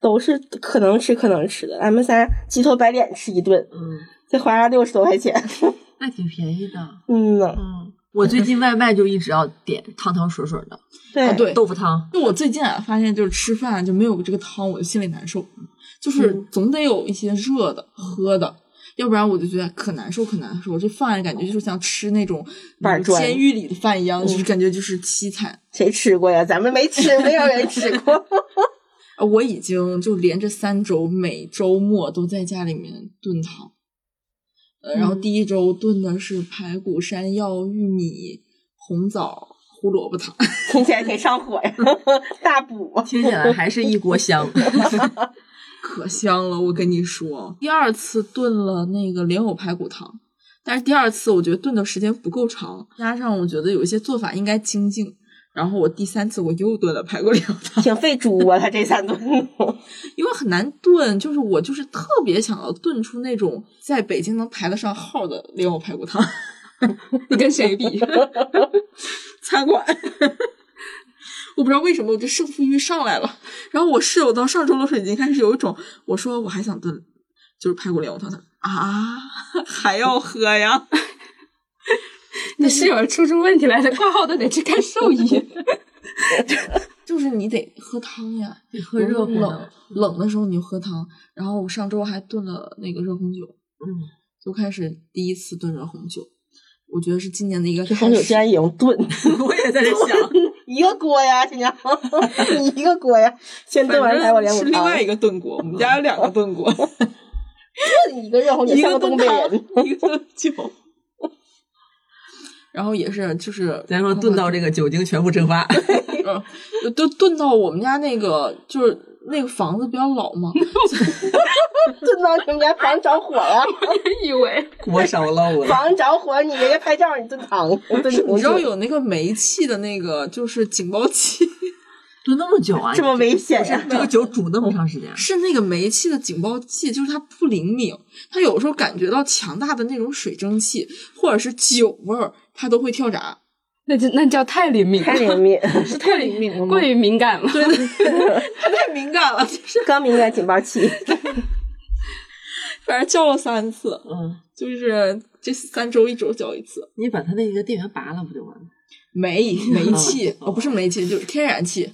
都是可能吃可能吃的，俺们仨鸡头白脸吃一顿，
嗯，
才花了六十多块钱。
那挺便宜的。
嗯呢，
嗯，我最近外卖就一直要点汤汤水水的，
对
对
豆腐汤。
就我最近啊，发现就是吃饭就没有这个汤，我就心里难受，
嗯
就是总得有一些热的、喝的，要不然我就觉得可难受，可难受。这饭感觉就是像吃那种
板
嗯
砖嗯
监狱里的饭一样，就是感觉就是凄惨。
谁吃过呀？咱们没吃，没有人吃过。
呃我已经就连着三周，每周末都在家里面炖汤。呃，然后
嗯
第一周炖的是排骨、山药、玉米、红枣、胡萝卜汤。
听起来挺上火呀， 大补。啊
听起来还是一锅 香，
可香了，我跟你说，第二次炖了那个莲藕排骨汤，但是第二次我觉得炖的时间不够长，加上我觉得有一些做法应该精进，然后我第三次我又炖了排骨莲藕汤，
挺费猪啊，他这三顿。
因为很难炖，就是我就是特别想要炖出那种在北京能排得上号的莲藕排骨汤，
你跟谁 比？
餐馆。 我不知道为什么我这胜负欲上来了，然后我室友到上周的时候已经开始有一种，我说我还想炖，就是排骨莲藕汤，他说啊 还要喝呀。
你室友出出问题来的，挂号都得去看兽医。
就是你得喝汤呀，
喝热乎
冷
的。
冷的时候你就喝汤。然后我上周还炖了那个热红酒，
嗯，
就开始第一次炖热红酒，我觉得是今年的一个
这
开
红酒
始
竟。 然也用炖，
我也在这想，
一个锅呀，新 娘，一个锅呀，先 炖完排骨
反
莲
正
藕
是另
汤，
外一个炖锅，我们家有两个炖锅，
炖一个热红酒，
一
像
个
个
炖
东北
汤
人。，
一个炖酒。然后也是，就 是
咱说炖到这个酒精全部蒸 发，
嗯，都炖到我们家那个，就是那个房子比较老嘛，
炖到你们家房着火了，
以为
锅烧漏了。
房着火，你人家拍照，你炖汤，炖
你
红
知道
酒，
有那个煤气的那个，就是警报器，
炖那么久啊？
这么危险呀？
这个酒煮那么长时间，
是那个煤气的警报器，就是它不灵敏，它有时候感觉到强大的那种水蒸气或者是酒味儿，它都会跳闸。
那就那叫太灵敏，
太 灵敏，
是太灵敏了
过于敏感了。
对对，它太敏感了，就是
高敏感警报器，
反正叫了三次，
嗯，
就是这三周一周叫一次。
你把它那个电源拔了不就完了？
煤煤气哦，不是煤气，就是天然气，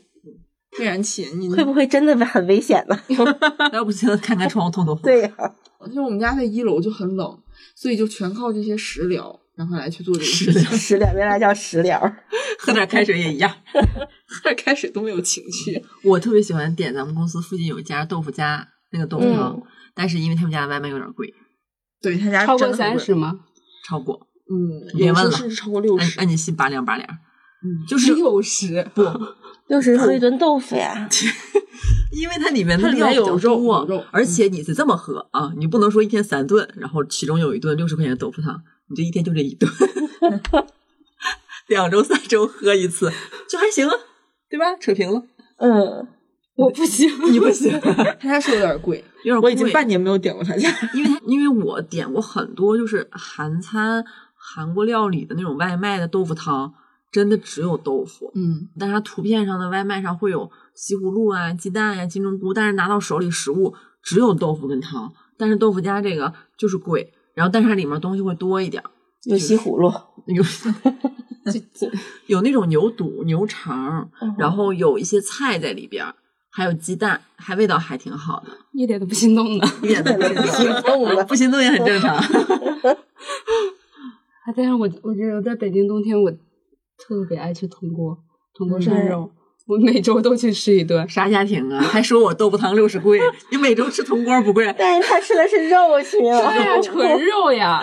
天然气。你
会不会真的很危险呢？
要不行，看看窗户透 透风。
对呀，
就我们家在一楼就很冷，所以就全靠这些食疗，然后来去做这个事情。
食疗原来叫食疗，
喝点开水也一 样。
开始都没有情绪，
我特别喜欢点咱们公司附近有一家豆腐家那个豆腐汤，但是因为他们家的外卖有点贵，
对他家
超
真的很
过三
贵
十吗？
超过，
嗯，
别
有时
问了
候
嗯
甚至超过六
按
十，
按你心拔凉拔凉。
嗯
就是
六十，
不，
六十喝一顿豆腐呀，
因为它里面
它
的
里
料
面有
比较
肉嗯
多
有肉
而且你是这么喝啊，你不能说一天三顿，然后其中有一顿六十块钱的豆腐汤，你这一天就这一顿， 两周三周喝一次就还行啊，对吧？扯平了，
嗯，
我不行，
你不行，
他家是有点 贵，
有点
我已经
贵
半年没有点过他家。
因为因为我点过很多就是韩餐、韩国料理的那种外卖的豆腐汤，真的只有豆腐，
嗯，
但是它图片上的外卖上会有西葫芦啊、鸡蛋呀、金针菇，但是拿到手里食物只有豆腐跟汤，但是豆腐家这个就是贵，然后但是它里面东西会多一点儿，
有西葫芦，
有 有那种牛肚、牛肠儿，然后有一些菜在里边儿，还有鸡蛋，还味道还挺好的，
一点都不心动的，
一点都 不心
心
动，
动了
不。心动也很正常。
啊，但是我我觉得我在北京冬天我特别爱吃铜锅，铜锅涮肉，我每周都去吃一顿。
啥家庭啊？还说我豆腐汤六十贵，你每周吃铜锅不贵？
但是他吃的是啊肉，亲
哎
对哎呀，纯 肉呀，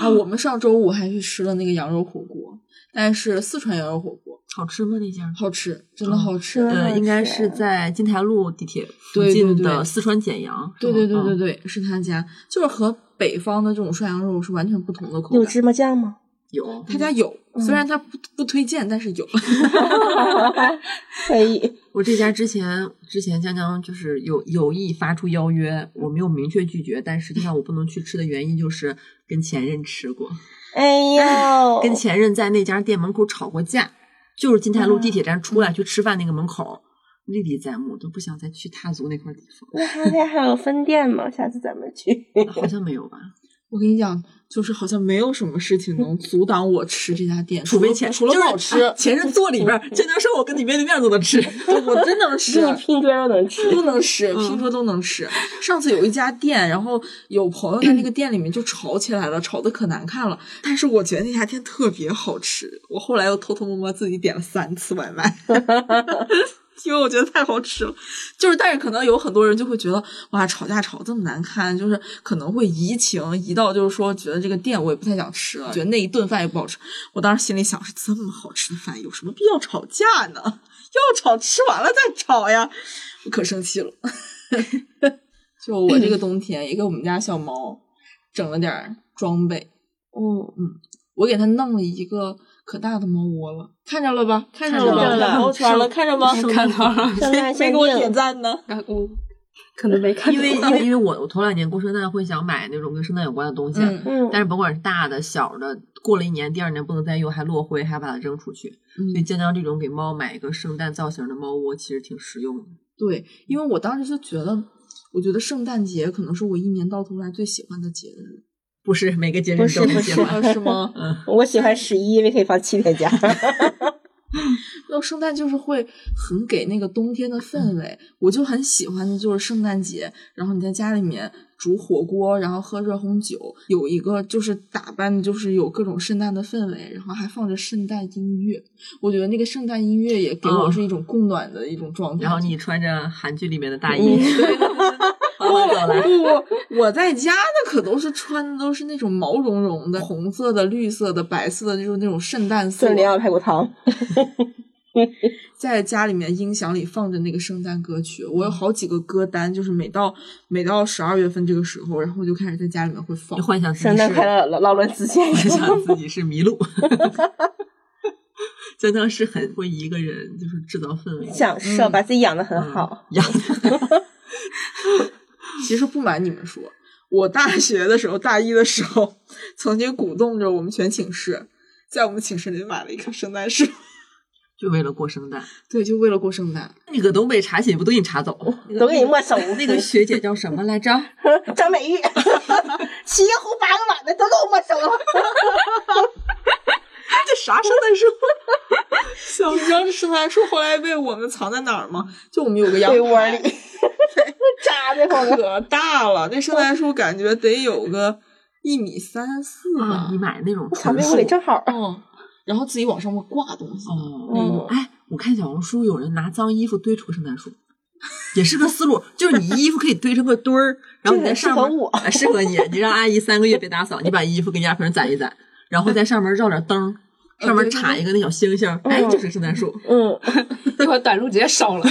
啊，我们上周五还去吃了那个羊肉火锅，但是四川羊肉火锅
好吃吗那家？
好吃，真的
嗯
好吃。
嗯
呃，应该是在金台路地铁附
对对
近
对
的四川简阳。嗯
对对对对
对，
对，是他家，就是和北方的这种涮羊肉是完全不同的口
有
感。
芝麻酱吗？
有
他家有，虽然他不不推荐，但是有。
可以，
我这家之前之前江江就是有有意发出邀约，我没有明确拒绝，但实际上我不能去吃的原因就是跟前任吃过，
哦
哎呦，
跟前任在那家店门口吵过架，就是金台路地铁站出
嗯
来去吃饭那个门口，历历在目，都不想再去踏足那块地方，
那他家还有分店吗？下次咱们去。
好像没有吧？
我跟你讲，就是好像没有什么事情能阻挡我吃这家店，
除非
了
钱，
除了
就
不
是
好吃
啊，钱是坐里边 儿，这难说我跟你面对面都能吃。
我真 能吃，
你拼桌都能吃。
都能吃，听说都能吃。上次有一家店，然后有朋友在那个店里面就吵起来了，吵得可难看了。但是我觉得那家店特别好吃，我后来又偷偷摸摸自己点了三次外卖， 因为我觉得太好吃了。就是，但是可能有很多人就会觉得，哇，吵架吵得这么难看，就是可能会移情移到就是说，觉得这个店我也不太想吃了，觉得那一顿饭也不好吃。我当时心里想，是这么好吃的饭，有什么必要吵架呢？ 要吵吃完了再吵呀，我可生气了。 就我这个冬天也给我们家小猫整了点儿装备，
嗯，
我给它弄了一个可大的猫窝了，看着了吧？看着
看
了吧？
着了，我传了，看着吗？
看到了，
上面
谁
限
给我点
定，
赞呢？
啊我可能没 看
因
到，
为因 为因为我我头两年过圣诞会想买那种跟圣诞有关的东西，
嗯，
嗯，
但是甭管是大的小的，过了一年，第二年不能再用，还落灰，还要把它扔出去。所以
嗯
江江这种给猫买一个圣诞造型的猫窝，其实挺实用的。
对，因为我当时就觉得，我觉得圣诞节可能是我一年到头来最喜欢的节 日，
不是每个节
不
日
是
都能
不
结
是
婚。
啊，是吗？
我喜欢十一，因为可以放七天假。
那圣诞就是会很给那个冬天的
嗯
氛围，我就很喜欢的就是圣诞节，然后你在家里面煮火锅，然后喝热红酒，有一个就是打扮就是有各种圣诞的氛围，然后还放着圣诞音乐，我觉得那个圣诞音乐也给我
嗯
是一种供暖的一种状态。
然后你穿着韩剧里面的大衣，
嗯
缓
不
缓走来，
不不，我在家那可都是穿的都是那种毛茸茸的，红色的、绿色的、白色的，就是那种圣诞色
炖。莲藕排骨汤，
在家里面音响里放着那个圣诞歌曲，我有好几个歌单，就是每到每到十二月份这个时候，然后我就开始在家里面会放
你。幻想自己
圣
是
诞快乐，劳劳伦斯先
幻
生。
想自己是麋鹿。 江江是很会一个人，就是制造氛围，
享受，把自己养的很
嗯
好。
养
其实不瞒你们说，我大学的时候，大一的时候，曾经鼓动着我们全寝室，在我们寝室里买了一棵圣诞树，
就为了过圣诞。
对，就为了过圣诞。
你搁东北查寝不都给你查走？哦
都给你没收。
那个学姐叫什么来着？
张美玉，七个壶八个碗的都给我没收了。
这啥圣诞树？你知道这圣诞树后来被我们藏在哪儿吗？就我们有 个阳
被窝
台
里，扎的慌
可大了，那圣诞树感觉得有个一米三四吧
啊，你。买那种
藏
纯
被
树
窝里正好。
嗯，然后自己往上面挂东西。
哦。
嗯，
哎，我看小红书有人拿脏衣服堆出个圣诞树，也是个思路，就是你衣服可以堆成个堆儿，然后你在上面
这个适合我
啊适合你，你让阿姨三个月别打扫，你把衣服跟压平攒一攒，然后在上面绕点灯儿，上面插一个那小星星，哎，就是圣诞树。
嗯，
一会儿短路直接烧了，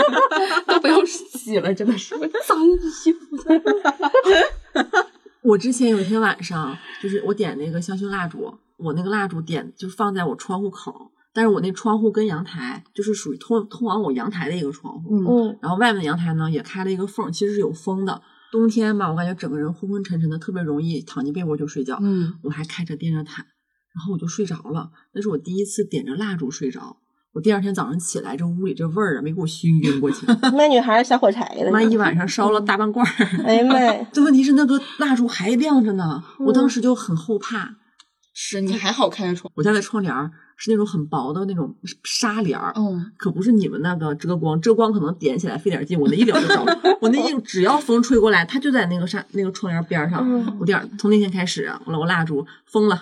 都不用洗了，真的是脏衣服。
我之前有一天晚上，就是我点那个香薰蜡烛，我那个蜡烛点就放在我窗户口儿，但是我那窗户跟阳台就是属于通通往我阳台的一个窗户，
哦
嗯，
然后外面的阳台呢也开了一个缝儿，其实是有风的。冬天嘛，我感觉整个人昏昏沉沉的，特别容易躺进被窝就睡觉。
嗯，
我还开着电热毯，然后我就睡着了。那是我第一次点着蜡烛睡着。我第二天早上起来，这屋里这味儿啊，没给我熏晕过去。
卖女孩儿小火柴的。
妈一晚上烧了大半罐儿。
哎呀妈呀！
这问题是那个蜡烛还亮着呢，我当
嗯
时就很后怕。
是你还好开着窗。
我家的窗帘儿是那种很薄的那种纱帘儿，
嗯，
可不是你们那个遮光，遮光可能点起来费点劲，我那一秒就着了。我那一只要风吹过来，它就在那个纱那个窗帘边上。
嗯
我点儿从那天开始，啊我我蜡烛疯了，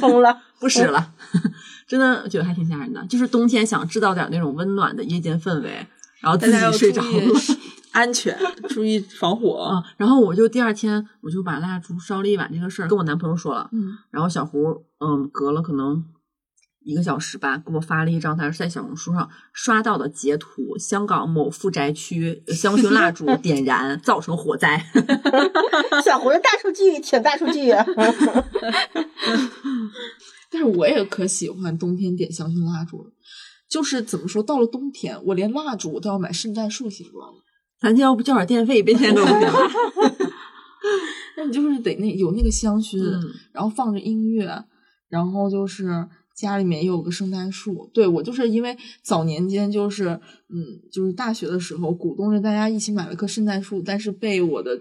疯了，
不
哦
使了， 真的觉得还挺吓人的。就是冬天想制造点那种温暖的夜间氛围，然后
大
自
家要
己
注
睡着了
意 安全，注意防火。
啊。然后我就第二天我就把蜡烛烧了一晚这个事儿跟我男朋友说了，
嗯，
然后小胡，嗯，隔了可能一个小时吧，给我发了一张他是在小红书上刷到的截图，香港某富宅区呃香薰蜡烛点燃造成火灾，
小胡的大数据挺大数据啊。
但是我也可喜欢冬天点香薰蜡烛了。就是怎么说，到了冬天，我连蜡烛我都要买圣诞树形状的。
咱要不交点电费，别天天给我点。
那你就是得那有那个香薰，
嗯
然后放着音乐，然后就是家里面也有个圣诞树。对我就是因为早年间就是嗯，就是大学的时候鼓动着大家一起买了棵圣诞树，但是被我的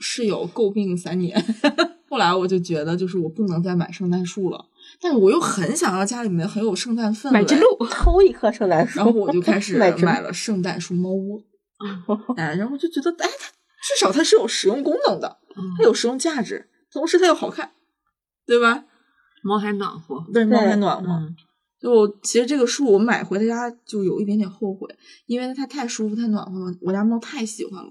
室友诟病三年。 后来我就觉得，就是我不能再买圣诞树了，但是我又很想要家里面很有圣诞氛围，
买只鹿，
偷一棵圣诞树，
然后我就 开始
买只
买了圣诞树猫窝，哎，然后就觉得，哎，它至少它是有使用功能的，
嗯
它有使用价值，同时它又好看，对吧？
猫还暖和，
对，猫还暖和。
嗯，
就其实这个树我买回家就有一点点后悔，因为它太舒服、太暖和了，我家猫太喜欢了。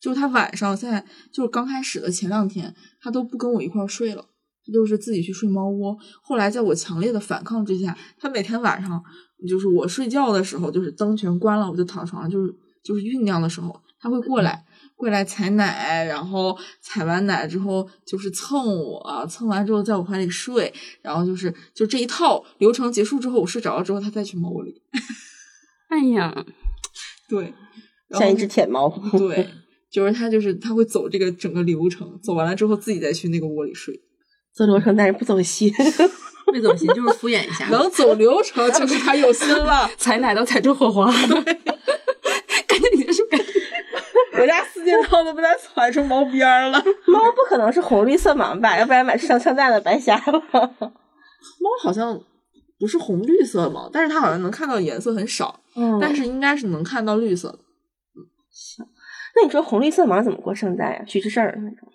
就是它晚上在，就是刚开始的前两天，它都不跟我一块儿睡了，它就是自己去睡猫窝。后来在我强烈的反抗之下，它每天晚上就是我睡觉的时候，就是灯全关了，我就躺床上，就是就是酝酿的时候，它会过来，过来采奶，然后采完奶之后就是蹭我，蹭完之后在我怀里睡，然后就是就这一套流程结束之后，我睡着了之后，它再去猫窝里。
哎呀，。
对，然后
像一只舔猫。
对，就是它就是它会走这个整个流程，走完了之后自己再去那个窝里睡。
走流程，但是不走心。
没走心就是敷衍一下，
能走流程就是它有心了
采奶都采出火花， 感觉你这是感觉
我家四件套都被它踩出毛边儿了。
猫不可能是红绿色盲吧？要不然买上圣诞的白瞎了。
猫好像不是红绿色嘛，但是它好像能看到颜色很少，
嗯
但是应该是能看到绿 色的。
那你说红绿色盲怎么过圣诞呀、许是事儿那种。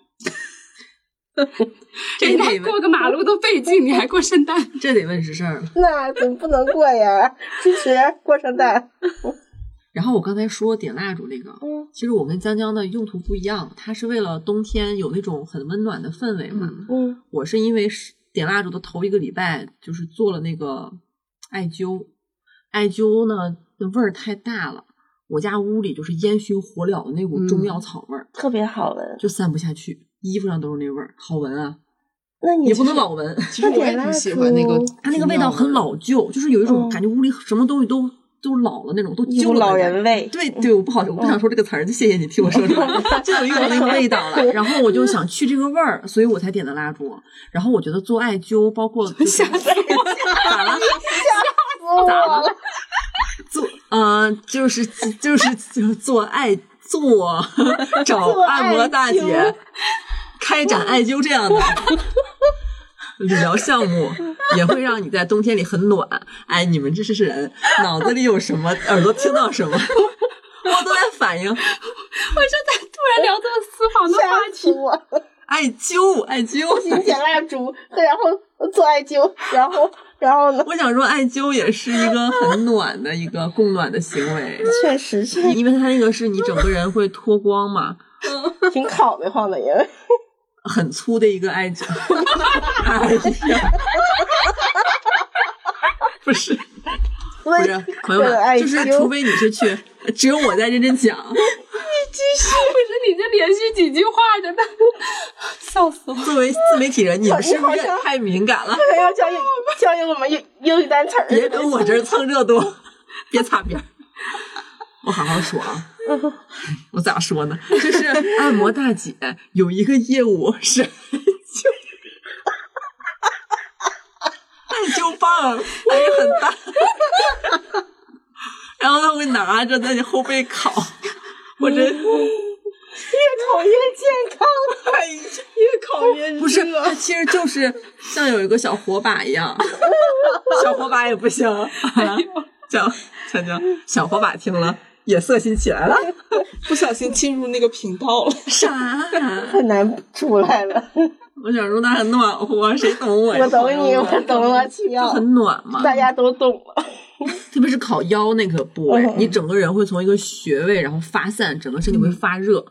这
人
得
家
问
哎过个马路都费劲，你还过 圣诞？
这得问实事儿了。
那怎么不能过呀？支持过圣诞。
然后我刚才说点蜡烛那个，
嗯
其实我跟江江的用途不一样，它是为了冬天有那种很温暖的氛围嘛。
嗯，
嗯
我是因为是点蜡烛的头一个礼拜，就是做了那个艾灸，艾灸呢味儿太大了，我家屋里就是烟熏火燎的那
嗯
股中药草味儿，
特别好闻。
就散不下去，衣服上都是那味儿，好闻啊，
那你
也不能
是
老闻，
其实我也挺喜欢那个
那点蜡烛，
它那个味道很。老旧，就是有一种
嗯
感觉屋里什么东西都都老了那种，都
一
旧
股
了的
老
感觉
人嗯味。
对对，我不好，我不想说这个词儿，就谢谢你替我说 出来，就有一股那个味道了。然后我就想去这个味儿，所以我才点的蜡烛。然后我觉得做艾灸，包括就是 咋了？咋了？ 做呃，就是就是就是做艾做找
做
按摩大
艾灸
姐开展艾灸这样的理疗项目，也会让你在冬天里很暖。哎，你们这是人脑子里有什么，耳朵听到什么，我都在反应。
我说咱突然聊到私房的话
吓死
题，
我！了！
艾灸，艾灸。
金钱蜡烛，然后做艾灸，然后然后呢？
我想说，艾灸也是一个很暖的一个供暖的行为，
确 实是
因为它那个是你整个人会脱光嘛，
挺烤的慌的，因为
很粗的一个艾灸。哎呀，不是不 是，朋友
为了艾
们，
灸
就是除非你是去，只有我在认真讲，
我说你这连续几句话真的 笑死我。
作为自媒体人，你们是不
好
是
像
太敏感了？
还要教育教育我们英英语单词儿。
别 跟我这儿蹭热度，别擦边儿。我好好说啊，我咋说呢？就是按摩大姐有一个业务是艾灸，艾灸棒还是很大， 然后她会拿着在你后背烤，我真。
越烤越健康，越烤越
不是，它其实就是像有一个小火把一 样，小火把也不行，讲讲讲，小火把听了也色心起 来了，
不小心进入那个频道了。
啥？
很难出来了。
我想说那很暖和，啊谁懂我呀？
我懂你，我懂了，七
就
妙，
很暖嘛，
大家都懂了。
特别是烤腰那个部位，
嗯
你整个人会从一个穴位然后发散，整个身体会发热。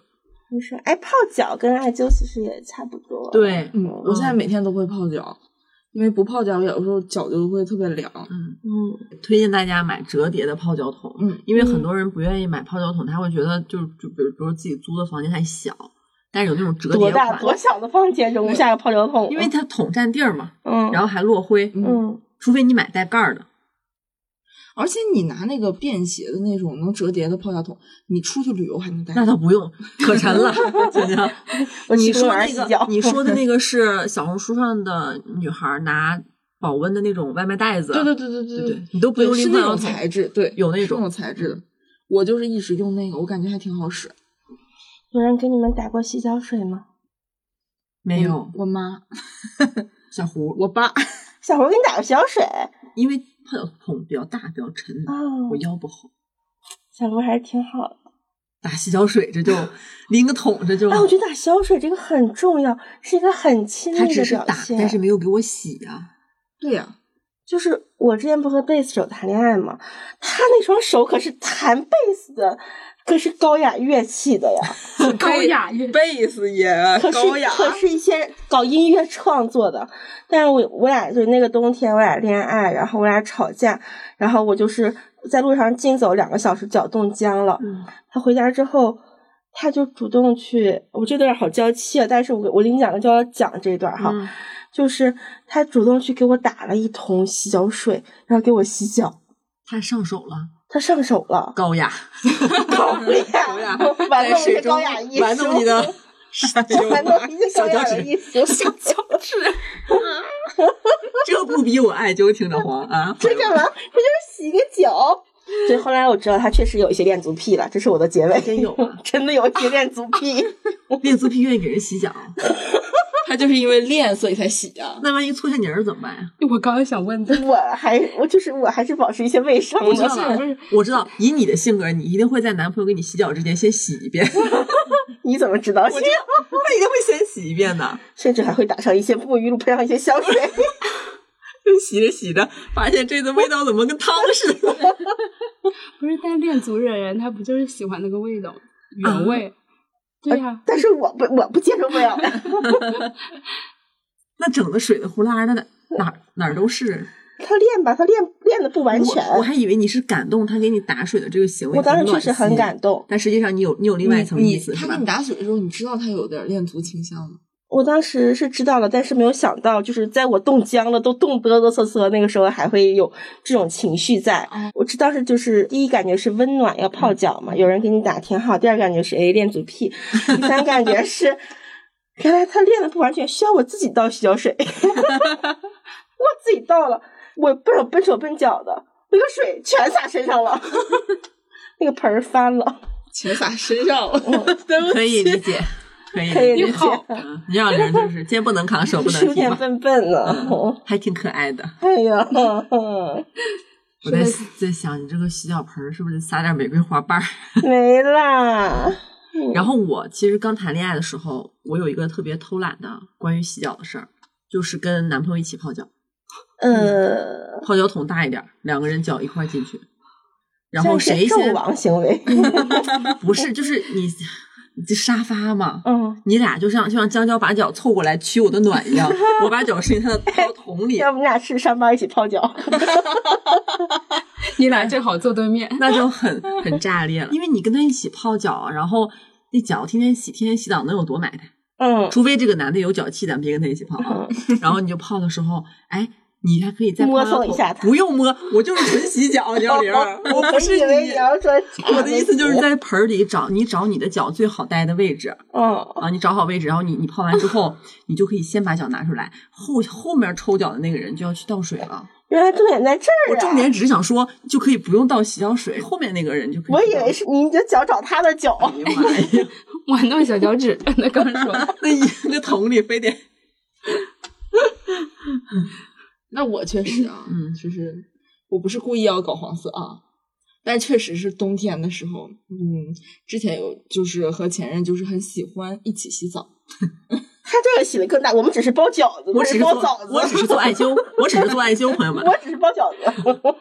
你说，哎，泡脚跟艾灸其实也差不多。，
对，
嗯，我现在每天都会泡脚，因为不泡脚有时候脚就会特别凉。
嗯，
嗯，
推荐大家买折叠的泡脚桶，
嗯
因为很多人不愿意买泡脚桶，他会觉得就是就比如比如自己租的房间太小，但是有那种折叠
多
款，
大多小的房间容不下个泡脚桶，
因为它桶占地儿嘛，
嗯，
然后还落灰，
嗯，
除非你买带盖儿的，
而且你拿那个便携的那种能折叠的泡脚桶，你出去旅游还能带。
那倒不用，可沉 了。想想
我
你
去公
说
园儿
那
洗
个
脚，，
你说的那个是小红书上的女孩拿保温的那种外卖袋子，
对对对对
对
对
你都不
对，
用
是
拎
那
泡
种
脚
材
桶，
质，对，
有那
是
种
那种材质的。我就是一直用那个，我感觉还挺好使。
有人给你们打过洗脚水吗？
没有
我妈、
小胡，
我爸，
小猴给你打个小水
因为泡桶比较大，比较沉，
哦
我，腰不好，
小猴还是挺好的。
打洗脚水这就拎个桶 这就，
哎，我觉得打小水这个很重要，是一个很亲密
他
的
只是
表
打，
现。
但是没有给我洗 啊。
对呀、
就是我之前不和贝斯手谈恋爱嘛，他那双手可是弹贝斯的，可是高雅乐器的呀，
高雅乐
贝斯也
可 是
高雅，
可是一些 搞音乐创作的。但是我我俩就那个冬天我俩恋爱，然后我俩吵架，然后我就是在路上竞走两个小时，脚冻僵了。
嗯，
他回家之后，他就主动去，我这段好娇气啊，但是我我跟你讲，就要讲这段哈，
嗯
就是他主动去给我打了一桶洗脚水，然后给我洗脚，
他上手了，
他上手了，
高雅，
高
高雅，
雅 玩
在
弄你
水
的
中
高雅艺术，
玩弄你的
玩弄你的
小脚
高雅的
趾，
艺 术，
这不比我爱就听着黄啊！
这干嘛？这就是洗个脚。所以后来我知道他确实有一些恋足癖了，这是我的结尾。
真有啊
真的有一些恋足 癖。
恋足癖愿意给人洗脚，
他就是因为练所以才洗啊。
那万一搓下泥儿怎么办呀？
我刚刚想 问的，
我还我就是我还是保持一些卫生
我知
的
道。
不
了
是，
我知道，以你的性格，你一定会在男朋友给你洗脚之前先洗一遍， 他
你怎么知道？
一定会先洗一遍的。
甚至还会打上一些沐浴露，喷上一些香水。
洗着洗着，发现这个味道怎么跟汤似的？
不是，但恋足的人他不就是喜欢那个味道原味？对呀、
但是我不，我不接受不了。
那整的水的呼啦的，哪儿哪儿都是。
他练吧，他练练的不完全。
我我还以为你是感动他给你打水的这个行为，
我当时确实很感
动，
动，
但实际上你有你有另外一层
你
意思
他
是
给
吧
你？打水的时候，你知道他有点恋足倾向吗？
我当时是知道了，但是没有想到，就是在我冻僵了，都冻哆哆嗦嗦，那个时候还会有这种情绪在。
哦
我知当时就是第一感觉是温暖，要泡脚嘛，有人给你打挺好；第二感觉是哎练足癖； 第三感觉是原来他练的不完全，需要我自己倒洗脚水， 我自己倒了，我笨手笨手笨脚的，那个水全洒身上了， 那个盆儿翻了。
全洒身上了，对不起
可以理 解，可以
可以
理
理
解。
解
好
嗯你让人就是肩不能扛，手不
是有
能提嗯
点
嘛，
笨笨呢。
还挺可爱的。
哎呀， 嗯
我在
是
在想，你这个洗脚盆儿是不是撒点玫瑰花瓣儿？
没啦。嗯
然后我其实刚谈恋爱的时候，我有一个特别偷懒的关于洗脚的事儿，就是跟男朋友一起泡脚，
呃，
泡脚桶大一点儿，两个人脚一块儿进去，然后
像
谁
是纣
先
王行为？
不是就是你 你这沙发嘛，
嗯，
你俩就像就像江娇把脚凑过来取我的暖 一样，我把脚伸进他的泡脚桶里，
要不你俩去上班一起泡脚？
哎你俩正好坐对面，
那就很很炸裂了，因为你跟他一起泡脚，然后那脚天天洗，天天洗澡能有多埋汰？
嗯
除非这个男的有脚气，咱别跟他一起泡啊。然后你就泡的时候，哎，你还可以再泡
摸蹭
脚
一下他
不用摸，我就是纯洗脚，鸟玲 儿，我不是
以为
你
你。要说，
我的意思就是，在盆儿里找你找你的脚最好待的位置
嗯，
啊，你找好位置，然后你你泡完之后，你就可以先把脚拿出来，后后面抽脚的那个人就要去倒水了。
原来重点在这
我
儿啊！
重点只是想说，就可以不用倒洗脚水，后面那个人就可以。
我以为是你的脚找他的脚，
哎呀妈呀，
玩弄小脚趾，那刚 说，
那一个桶里非得
那我确实啊，
嗯
就是我不是故意要搞黄色啊，但确实是冬天的时候，嗯，之前有就是和前任就是很喜欢一起洗澡，
他这个洗的更大。我们只是包饺子，
我
不
只是
包
做
饺，子，
我只是做艾灸，我只是做艾灸，朋友们。
我只是包饺子。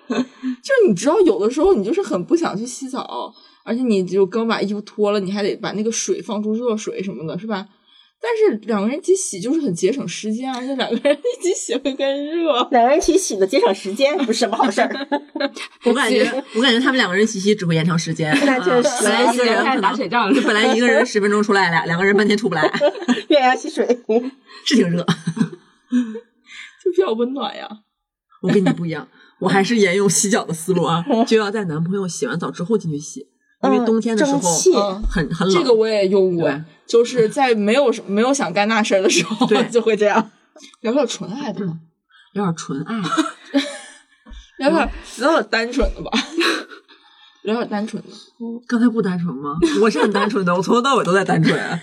就是你知道有的时候你就是很不想去洗澡，而且你就刚把衣服脱了，你还得把那个水放出热水什么的，是吧？但是两个人一起洗就是很节省时间，而且两个人一起洗会更热。
两个人一起洗的，节省时间，不是什么好事儿。
我感觉，我感觉他们两个人一起洗只会延长时间。
那就是
啊本来一个人
开
可
始打水
能
仗了
就。本来一个人十分钟出来俩，两个人半天出不来，
月牙洗水，
是挺热。
就比较温暖呀。
我跟你不一样，我还是沿用洗脚的思路 啊，就要在男朋友洗完澡之后进去洗，因为
嗯
冬天的时候
蒸汽
嗯
很很冷。
这个我也用过
对，
就是在没有没有想干那事儿的时候
对
就会这样。聊聊纯爱吧，
有点纯爱，
聊聊聊点单纯的吧， 聊点单纯的。
刚才不 单纯吗？我是很单纯的，我从头到尾都在单纯啊。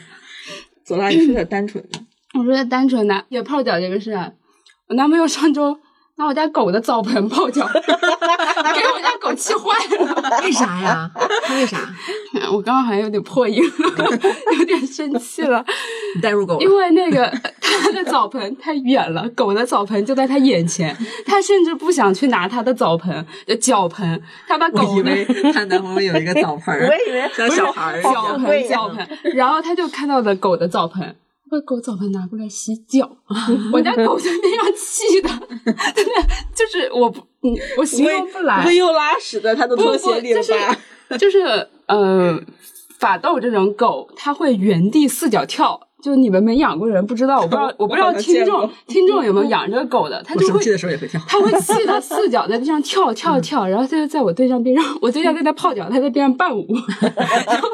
左拉，你是点单纯的，
我说单纯的也泡脚这个事啊，我男朋友上周拿我家狗的澡盆泡脚， 给我家狗气坏了。
为啥呀？他为啥？
我刚刚好像有点破音了， 有点生气了，
你带入狗了？
因为那个 他的澡盆太远了，狗的澡盆就在他眼前，他甚至不想去拿他的澡盆、呃脚盆，他把
我
狗
以
呢
为她男朋友有一个澡 盆儿，
我以为
像 小孩儿一
脚
样。
贵
盆
呀
脚盆， 然后他就看到了狗的澡盆，把狗澡盆拿过来洗脚，我家狗在那样气的， 真的就是我不，嗯我形容不来，
会又拉屎的，他的
不
拖
不
鞋里了
就是
吧？
就是呃，法斗这种狗，它会原地四脚跳。就你们没养过人不知道，我不知道，我不知道
好像
听
见
众
过
听众有没有养这个狗的，它
我
就
生
会
气的时候也会跳。
他会气到四脚在地上跳跳跳，然后他就在我对象边上，我对象在那泡脚，他在边上伴舞，然后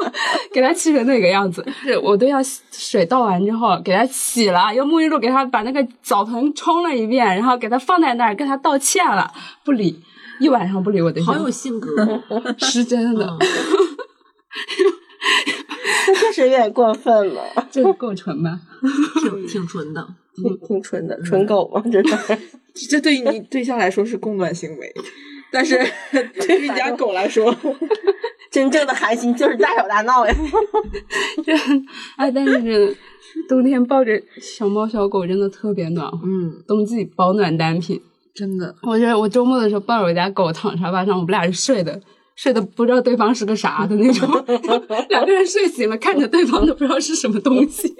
给他气成那个样子。是我对象洗水倒完之后给他洗了，用沐浴露给他把那个澡盆冲了一遍，然后给他放在那儿跟他道歉了，不理，一晚上不理我对象，
好有性格，
是真的，
这确实有点过分了，
这个够纯吧？
挺挺纯的。
挺挺纯的， 纯狗嘛，这是。
这对于你对象来说是供暖行为，但是对于你家狗来说，
真正的寒心就是大吵大闹呀。
这 哎，但是真 的冬天抱着小猫小狗真的特别暖和，
嗯，
冬季保暖单品。
真的
我觉得我周末的时候抱着我家狗躺沙发上，我们俩是睡的，睡的不知道对方是个啥的那 种，两个人睡醒了看着对方都不知道是什么东西，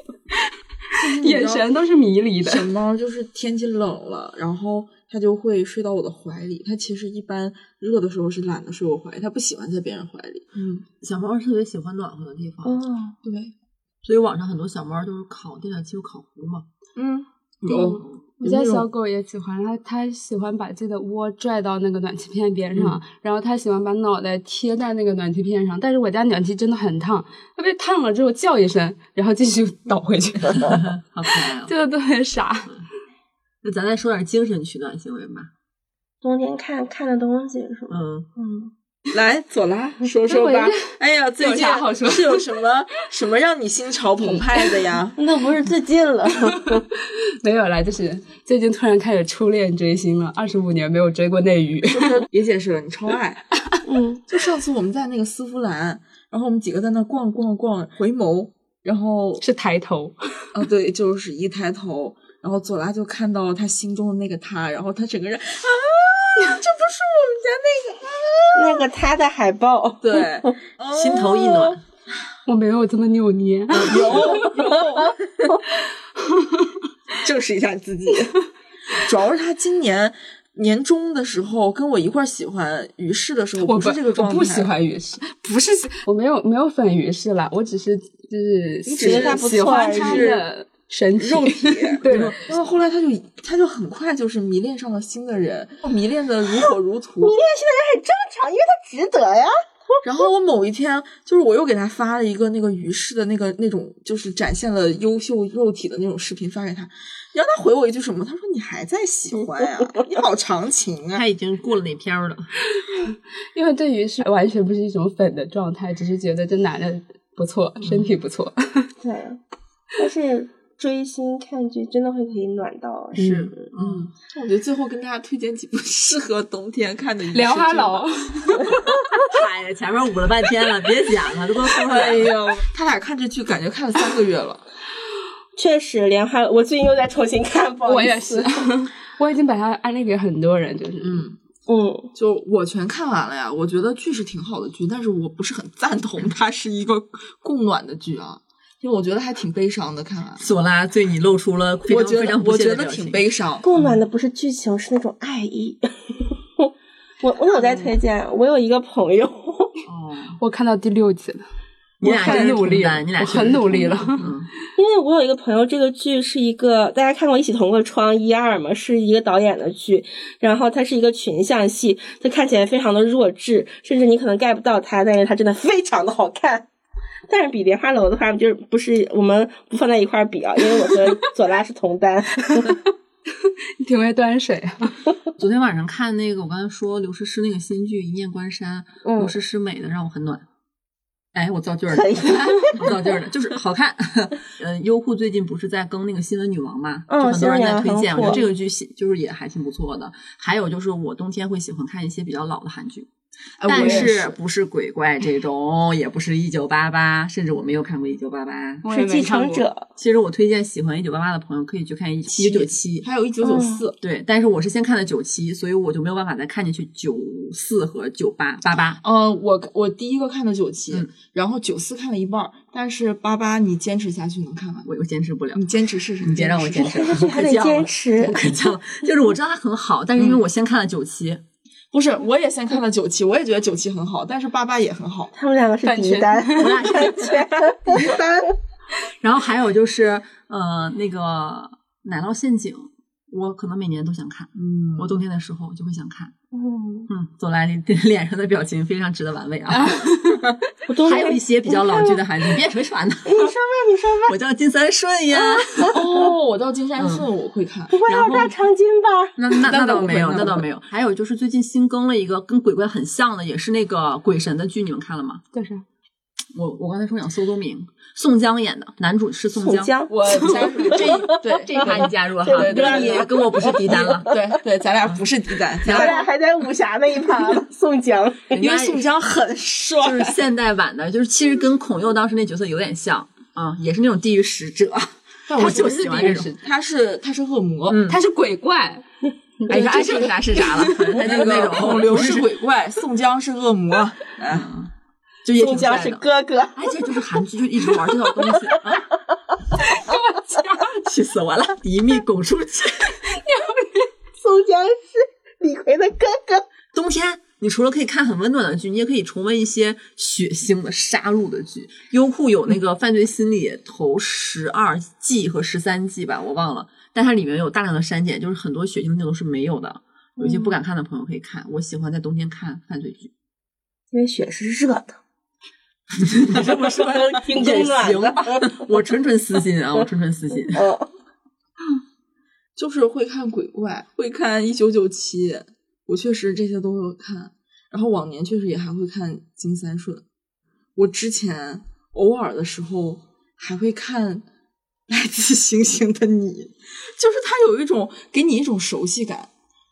眼神都是迷离的。
小猫就是天气冷了，然后它就会睡到我的怀里。它其实一般热的时候是懒得睡我怀里，它不喜欢在别人怀里。嗯，
小猫特别喜欢暖和的地方，
嗯，
对，
所以网上很多小猫都是烤电暖气、烤壶嘛。
嗯，有
我家小狗也喜欢，它它喜欢把自己的窝拽到那个暖气片边
嗯
上，然后它喜欢把脑袋贴在那个暖气片上。但是我家暖气真的很烫，它被烫了之后叫一声，然后继续倒回去，
好可爱啊！
这个都很傻。
那咱再说点精神取暖行为吧。
冬天看看的东西是吗？
嗯，
嗯，
来左拉 说说吧。哎呀，最近
有啥好说
是有什么什么让你心潮澎湃的呀？
那不是最近 了，
没有啦，就是最近突然开始初恋追星了，二十五年没有追过内娱。
就是也解释了，你超爱。
嗯，
就上次我们在那个丝芙兰，然后我们几个在那逛逛逛，回眸，然后
是抬头，
啊，对，就是一抬头，然后左拉就看到他心中的那个他，然后他整个人啊，这不
那个他的海报，
是我 们家那个，对，
心头一
哦
暖。
我没有这么扭捏。
正视一下你自己。 主要是他今年年中的时候跟我一块儿喜欢于适的时候，
我
不是这个状
我
态，
不喜，欢于适，不是喜我没有没有粉于适啦，我只是就是
只是
喜
他
不
喜欢
错
他
而已
的身体
肉体
对，
然后后来他就他就很快就是迷恋上了新的人，迷恋的如火如荼。
那现在很正常，因为他值得呀。
然后我某一天，就是我又给他发了一个那个于适的那个那种，就是展现了优秀肉体的那种视频发给他，你让他回我一句什么？他说你还在喜欢呀、你好长情啊！
他已经过了那篇儿了，
因为对于适完全不是一种粉的状态，只是觉得这男的不错，身体不错。
对，但是追星看剧真的会可以暖到，
是
嗯，我觉得最后跟大家推荐几部适合冬天看的于适
聊哈
剧吧
喽，，
嗨呀，前面捂了半天了，别讲了，这都说出来
哎
了。
呦，他俩看这剧感觉看了三个月了，
确实莲花，我最近又在重新看，不好
我
意
也
思
是，我已经把它安利给很多人，就是
嗯，
嗯，
就我全看完了呀。我觉得剧是挺好的剧，但是我不是很赞同它是一个供暖的剧啊，因为我觉得还挺悲伤的。看完，
索拉对你露出了非
我
常
觉
非
得
常
我
不屑
觉
的
得
表情
挺。悲伤。
供暖的不是剧情，是那种爱意。 我我有在推荐，我有一个朋友，
哦，
我看到第六集了，
你
我
俩真
很
是
努
同
力了，
担你俩
我
确实
很
是
努
同
力
担
了。
嗯，
因为我有一个朋友，这个剧是一个大家看过《一起同过窗》一二嘛，是一个导演的剧，然后它是一个群像戏，它看起来非常的弱智，甚至你可能 get 不到它，但是它真的非常的好看。但是比莲花楼的话，就是不是我们不放在一块儿比啊，因为我和左拉是同担。
挺会端水啊，
昨天晚上看那个，我刚才说刘诗诗那个新剧《一念关山》，
嗯
刘诗诗美的让我很暖。哎，我造句儿了
可以，
我造句儿了，就是好看。呃，优酷最近不是在更那个《新闻女王》嘛，
嗯
就很多人
新闻女
在
王
推荐，
很
我
火
觉得这个剧喜就是也还挺不错的。还有就是我冬天会喜欢看一些比较老的韩剧，
哎我
但
也
是不是鬼怪这种，也不是一九八八，甚至我没有看过一九八八。
我
是
也没
继
看
承
过。
者，
其实我推荐喜欢一九八八的朋友可以去看一
七
一九七，
还有一九九四，
对，但是我是先看了九七，所以我就没有办法再看进去九四和九八八八。
嗯，我我第一个看的九七、
嗯
然后九四看了一半儿，但是八八你坚持下去能看完，
我又坚持不了，
你坚持试试，
你别让我坚持，
试 试
但是还得坚持
我。可笑了。就是我知道它很好，但是因为
嗯
我先看了九期，
不是，我也先看了九七，我也觉得九七很好，但是八八也很 好。
他们两个是
版
敌
权
单，
我俩是
权敌单。
然后还有就是呃那个《奶酪陷阱》，我可能每年都想看，
嗯
我冬天的时候就会想看。
嗯，
嗯，总来你脸上的表情非常值得玩味啊。
我 冬
还
天
有一些比较
啊
老剧的韩剧，别吹船呢，
哎
你说吧，你说吧，
我叫金三顺呀。
哦，我到金
嗯
山顺我会看，
不会要大长今吧？
那那
那
那
倒
倒
不会
没有，
那
那
倒
倒
不
没有。还有就是最近新更了一个跟鬼怪很像的，也是那个鬼神的剧，你们看了吗？
叫啥？
我我刚才说想搜都明，宋江演的，男主是宋
宋
江。
江，
我加入这一 对
这一趴你加入了哈，
对
对对
你跟我不是敌单了。
对对，咱俩不是敌单，咱
咱
俩
俩还在武侠那一趴呢。宋江，
人
因
家
为宋江很帅，
就是现代版的，就是其实跟孔佑当时那角色有点像啊、也是那种地狱使者。
但
我
我
就
不
喜
是
欢
第一
这种
种，
他是他是恶魔，
嗯
他是鬼怪。
哎，你爱是啥是 啥了，他就
那
那
个
种嗯
孔刘是鬼怪，宋江是 恶魔，哎
就也
宋
挺
江
帅
是
的。
哥哥，
哎，这就是韩剧，就一直玩这套东 西啊！气死 我了！一命拱出去。
宋江是李逵的哥 哥。
冬天，你除了可以看很温暖的剧，你也可以重温一些血腥的、杀戮的剧。优酷有那个
嗯
《犯罪心理》头十二季和十三季吧，我忘了，但它里面有大量的删减，就是很多血腥的内容是没有的。有一些
嗯
不敢看的朋友可以看。我喜欢在冬天看犯罪剧，
因为雪是热 的，
你这 么说
挺
也
温暖
行
的
吧？ 我纯纯私心啊，我纯纯私心。
嗯，
就是会看鬼怪，会看一九九七，我确实这些都有看。然后往年确实也还会看金三顺，我之前偶尔的时候还会看《来自星星的你》，就是它有一种给你一种熟悉感，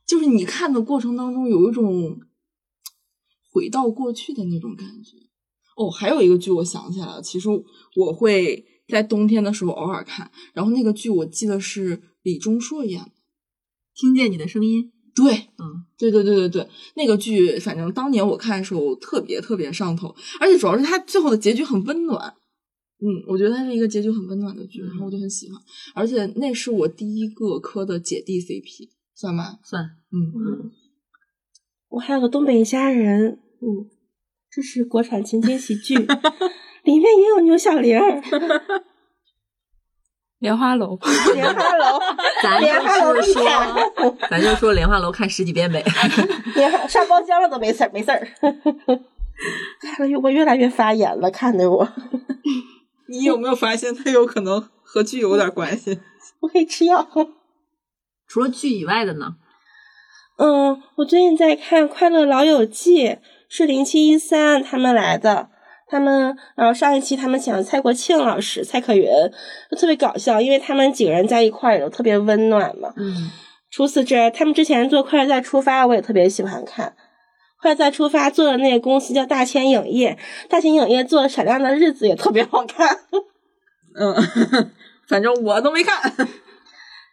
就是你看的过程当中有一种回到过去的那种感觉。哦，还有一个剧我想起来了，其实我会在冬天的时候偶尔看，然后那个剧我记得是李钟硕演的，
听见你的声音，
对，
嗯，
对对对对对，那个剧反正当年我看的时候特别特别上头，而且主要是它最后的结局很温暖。嗯，我觉得它是一个结局很温暖的剧，然后我就很喜欢，而且那是我第一个磕的姐弟 CP，算吧，
算
嗯，
我还有个东北家人，嗯，这是国产情景喜 剧，里面也有牛小玲 儿、
莲花楼，
莲花 楼、
咱
莲花楼
就
必
是说，
看，
咱就说《莲花楼》看十几遍呗。
莲花上包浆了都没事儿，没事儿。 看哎了我越来越发炎了，看的我，
你有没有发现它有可能和剧有点关系？
我可以吃药。
除了剧以外的呢？
嗯，我最近在看《快乐老友记》，是零七一三他们来的。他们，然后上一期他们请了蔡国庆老师、蔡可云，就特别搞笑，因为他们几个人在一块儿也都特别温暖嘛。
嗯，
除此之外，他们之前做《快乐再出发》，我也特别喜欢看。《快乐再出发》做的那个公司叫大千影业，大千影业做的《闪亮的日子》也特别好看，
嗯，反正我都没看。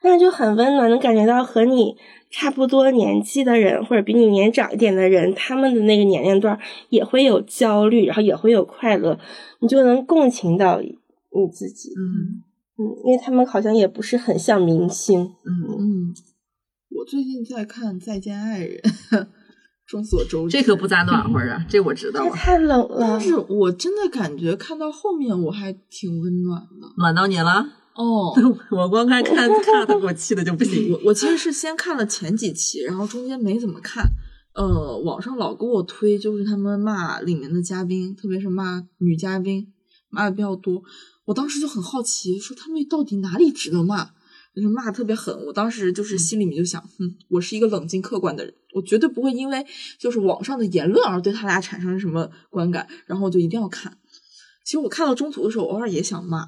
那就很温暖，能感觉到和你差不多年纪的人，或者比你年长一点的人，他们的那个年龄段儿也会有焦虑，然后也会有快乐，你就能共情到你自己。
嗯
嗯，因为他们好像也不是很像明星。
嗯，
嗯，我最近在看《再见爱人》，众所周 知，
这可不咋暖和啊，这我知道
这
啊，
太冷了
但，是我真的感觉看到后面我还挺温暖的
暖到你了。
哦。
我光看看看他，我气的就不 行。
嗯我我其实是先看了前几期，然后中间没怎么看。呃，网上老给我推，就是他们骂里面的嘉宾，特别是骂女嘉宾，骂的比较多。我当时就很好奇，说他们到底哪里值得骂？就是骂的特别狠。我当时就是心里面就想，嗯，我是一个冷静客观的人，我绝对不会因为就是网上的言论而对他俩产生什么观感，然后我就一定要看。其实我看到中途的时候，偶尔也想骂，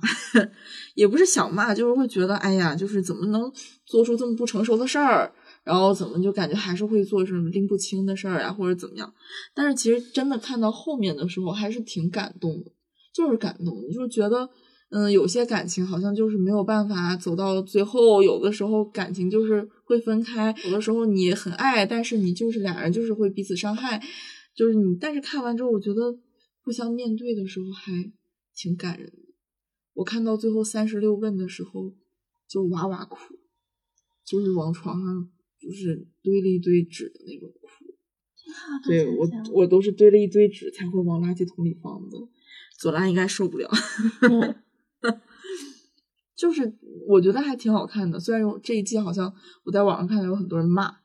也不是想骂，就是会觉得，哎呀，就是怎么能做出这么不成熟的事儿？然后怎么就感觉还是会做什么拎不清的事儿啊，或者怎么样？但是其实真的看到后面的时候，还是挺感动的，就是感动，就是觉得，嗯，有些感情好像就是没有办法走到最后，有的时候感情就是会分开，有的时候你很爱，但是你就是俩人就是会彼此伤害，就是你，但是看完之后，我觉得互相面对的时候还挺感人的。我看到最后三十六问的时候，就哇哇哭，就是往床上。就是堆了一堆纸的那种哭， 对我我都是堆了一堆纸才会往垃圾桶里放的。左拉应该受不了，
嗯
就是我觉得还挺好看的。虽然这一季好像我在网上看到有很多人骂，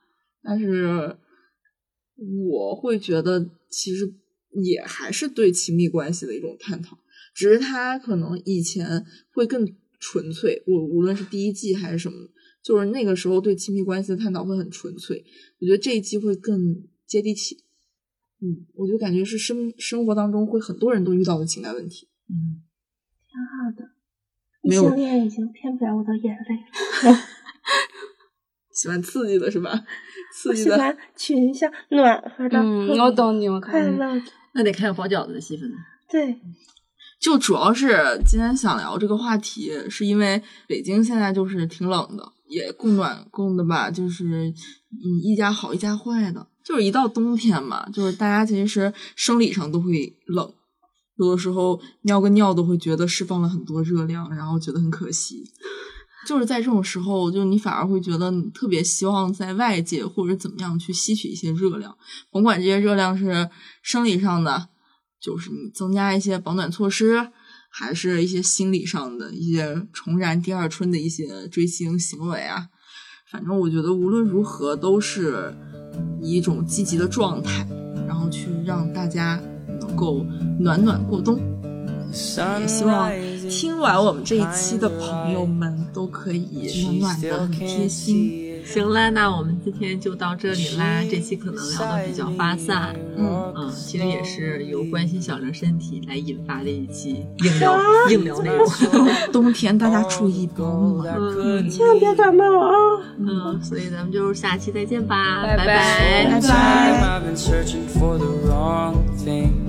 但是我会觉得其实也还是对亲密关系的一种探讨，只是他可能以前会更纯粹。我无论是第一季还是什么。就是那个时候对亲密关系的探讨会很纯粹，我觉得这一季会更接地气。嗯，我就感觉是生生活当中会很多人都遇到的情感问题。
嗯，
挺好的。
没
异
有
性恋已经骗不了我的眼泪，
喜欢刺激的是吧？刺
我
激
喜
的，
欢群像暖和的，
嗯，我懂你，我
快
看你
乐。
那得看包饺子的戏份呢。
对，
就主要是今天想聊这个话题，是因为北京现在就是挺冷的，也供暖供的吧，就是嗯一家好一家坏的。就是一到冬天嘛，就是大家其实生理上都会冷，有的时候尿个尿都会觉得释放了很多热量，然后觉得很可惜。就是在这种时候，就你反而会觉得你特别希望在外界或者怎么样去吸取一些热量，甭管这些热量是生理上的，就是你增加一些保暖措施，还是一些心理上的一些重燃第二春的一些追星行为啊。反正我觉得无论如何都是以一种积极的状态，然后去让大家能够暖暖过冬。也希望听完我们这一期的朋友们都可以暖暖的，很贴心。
行啦，那我们今天就到这里啦。这期可能聊的比较发散，
嗯
嗯，其实也是由关心小玲身体来引发的一期硬聊硬聊内容。
冬天大家注意保暖。
嗯
千万别感冒啊！
嗯，所以咱们就下期再见吧，
拜
拜
拜
拜
拜
拜
time I've been searching for the wrong thing.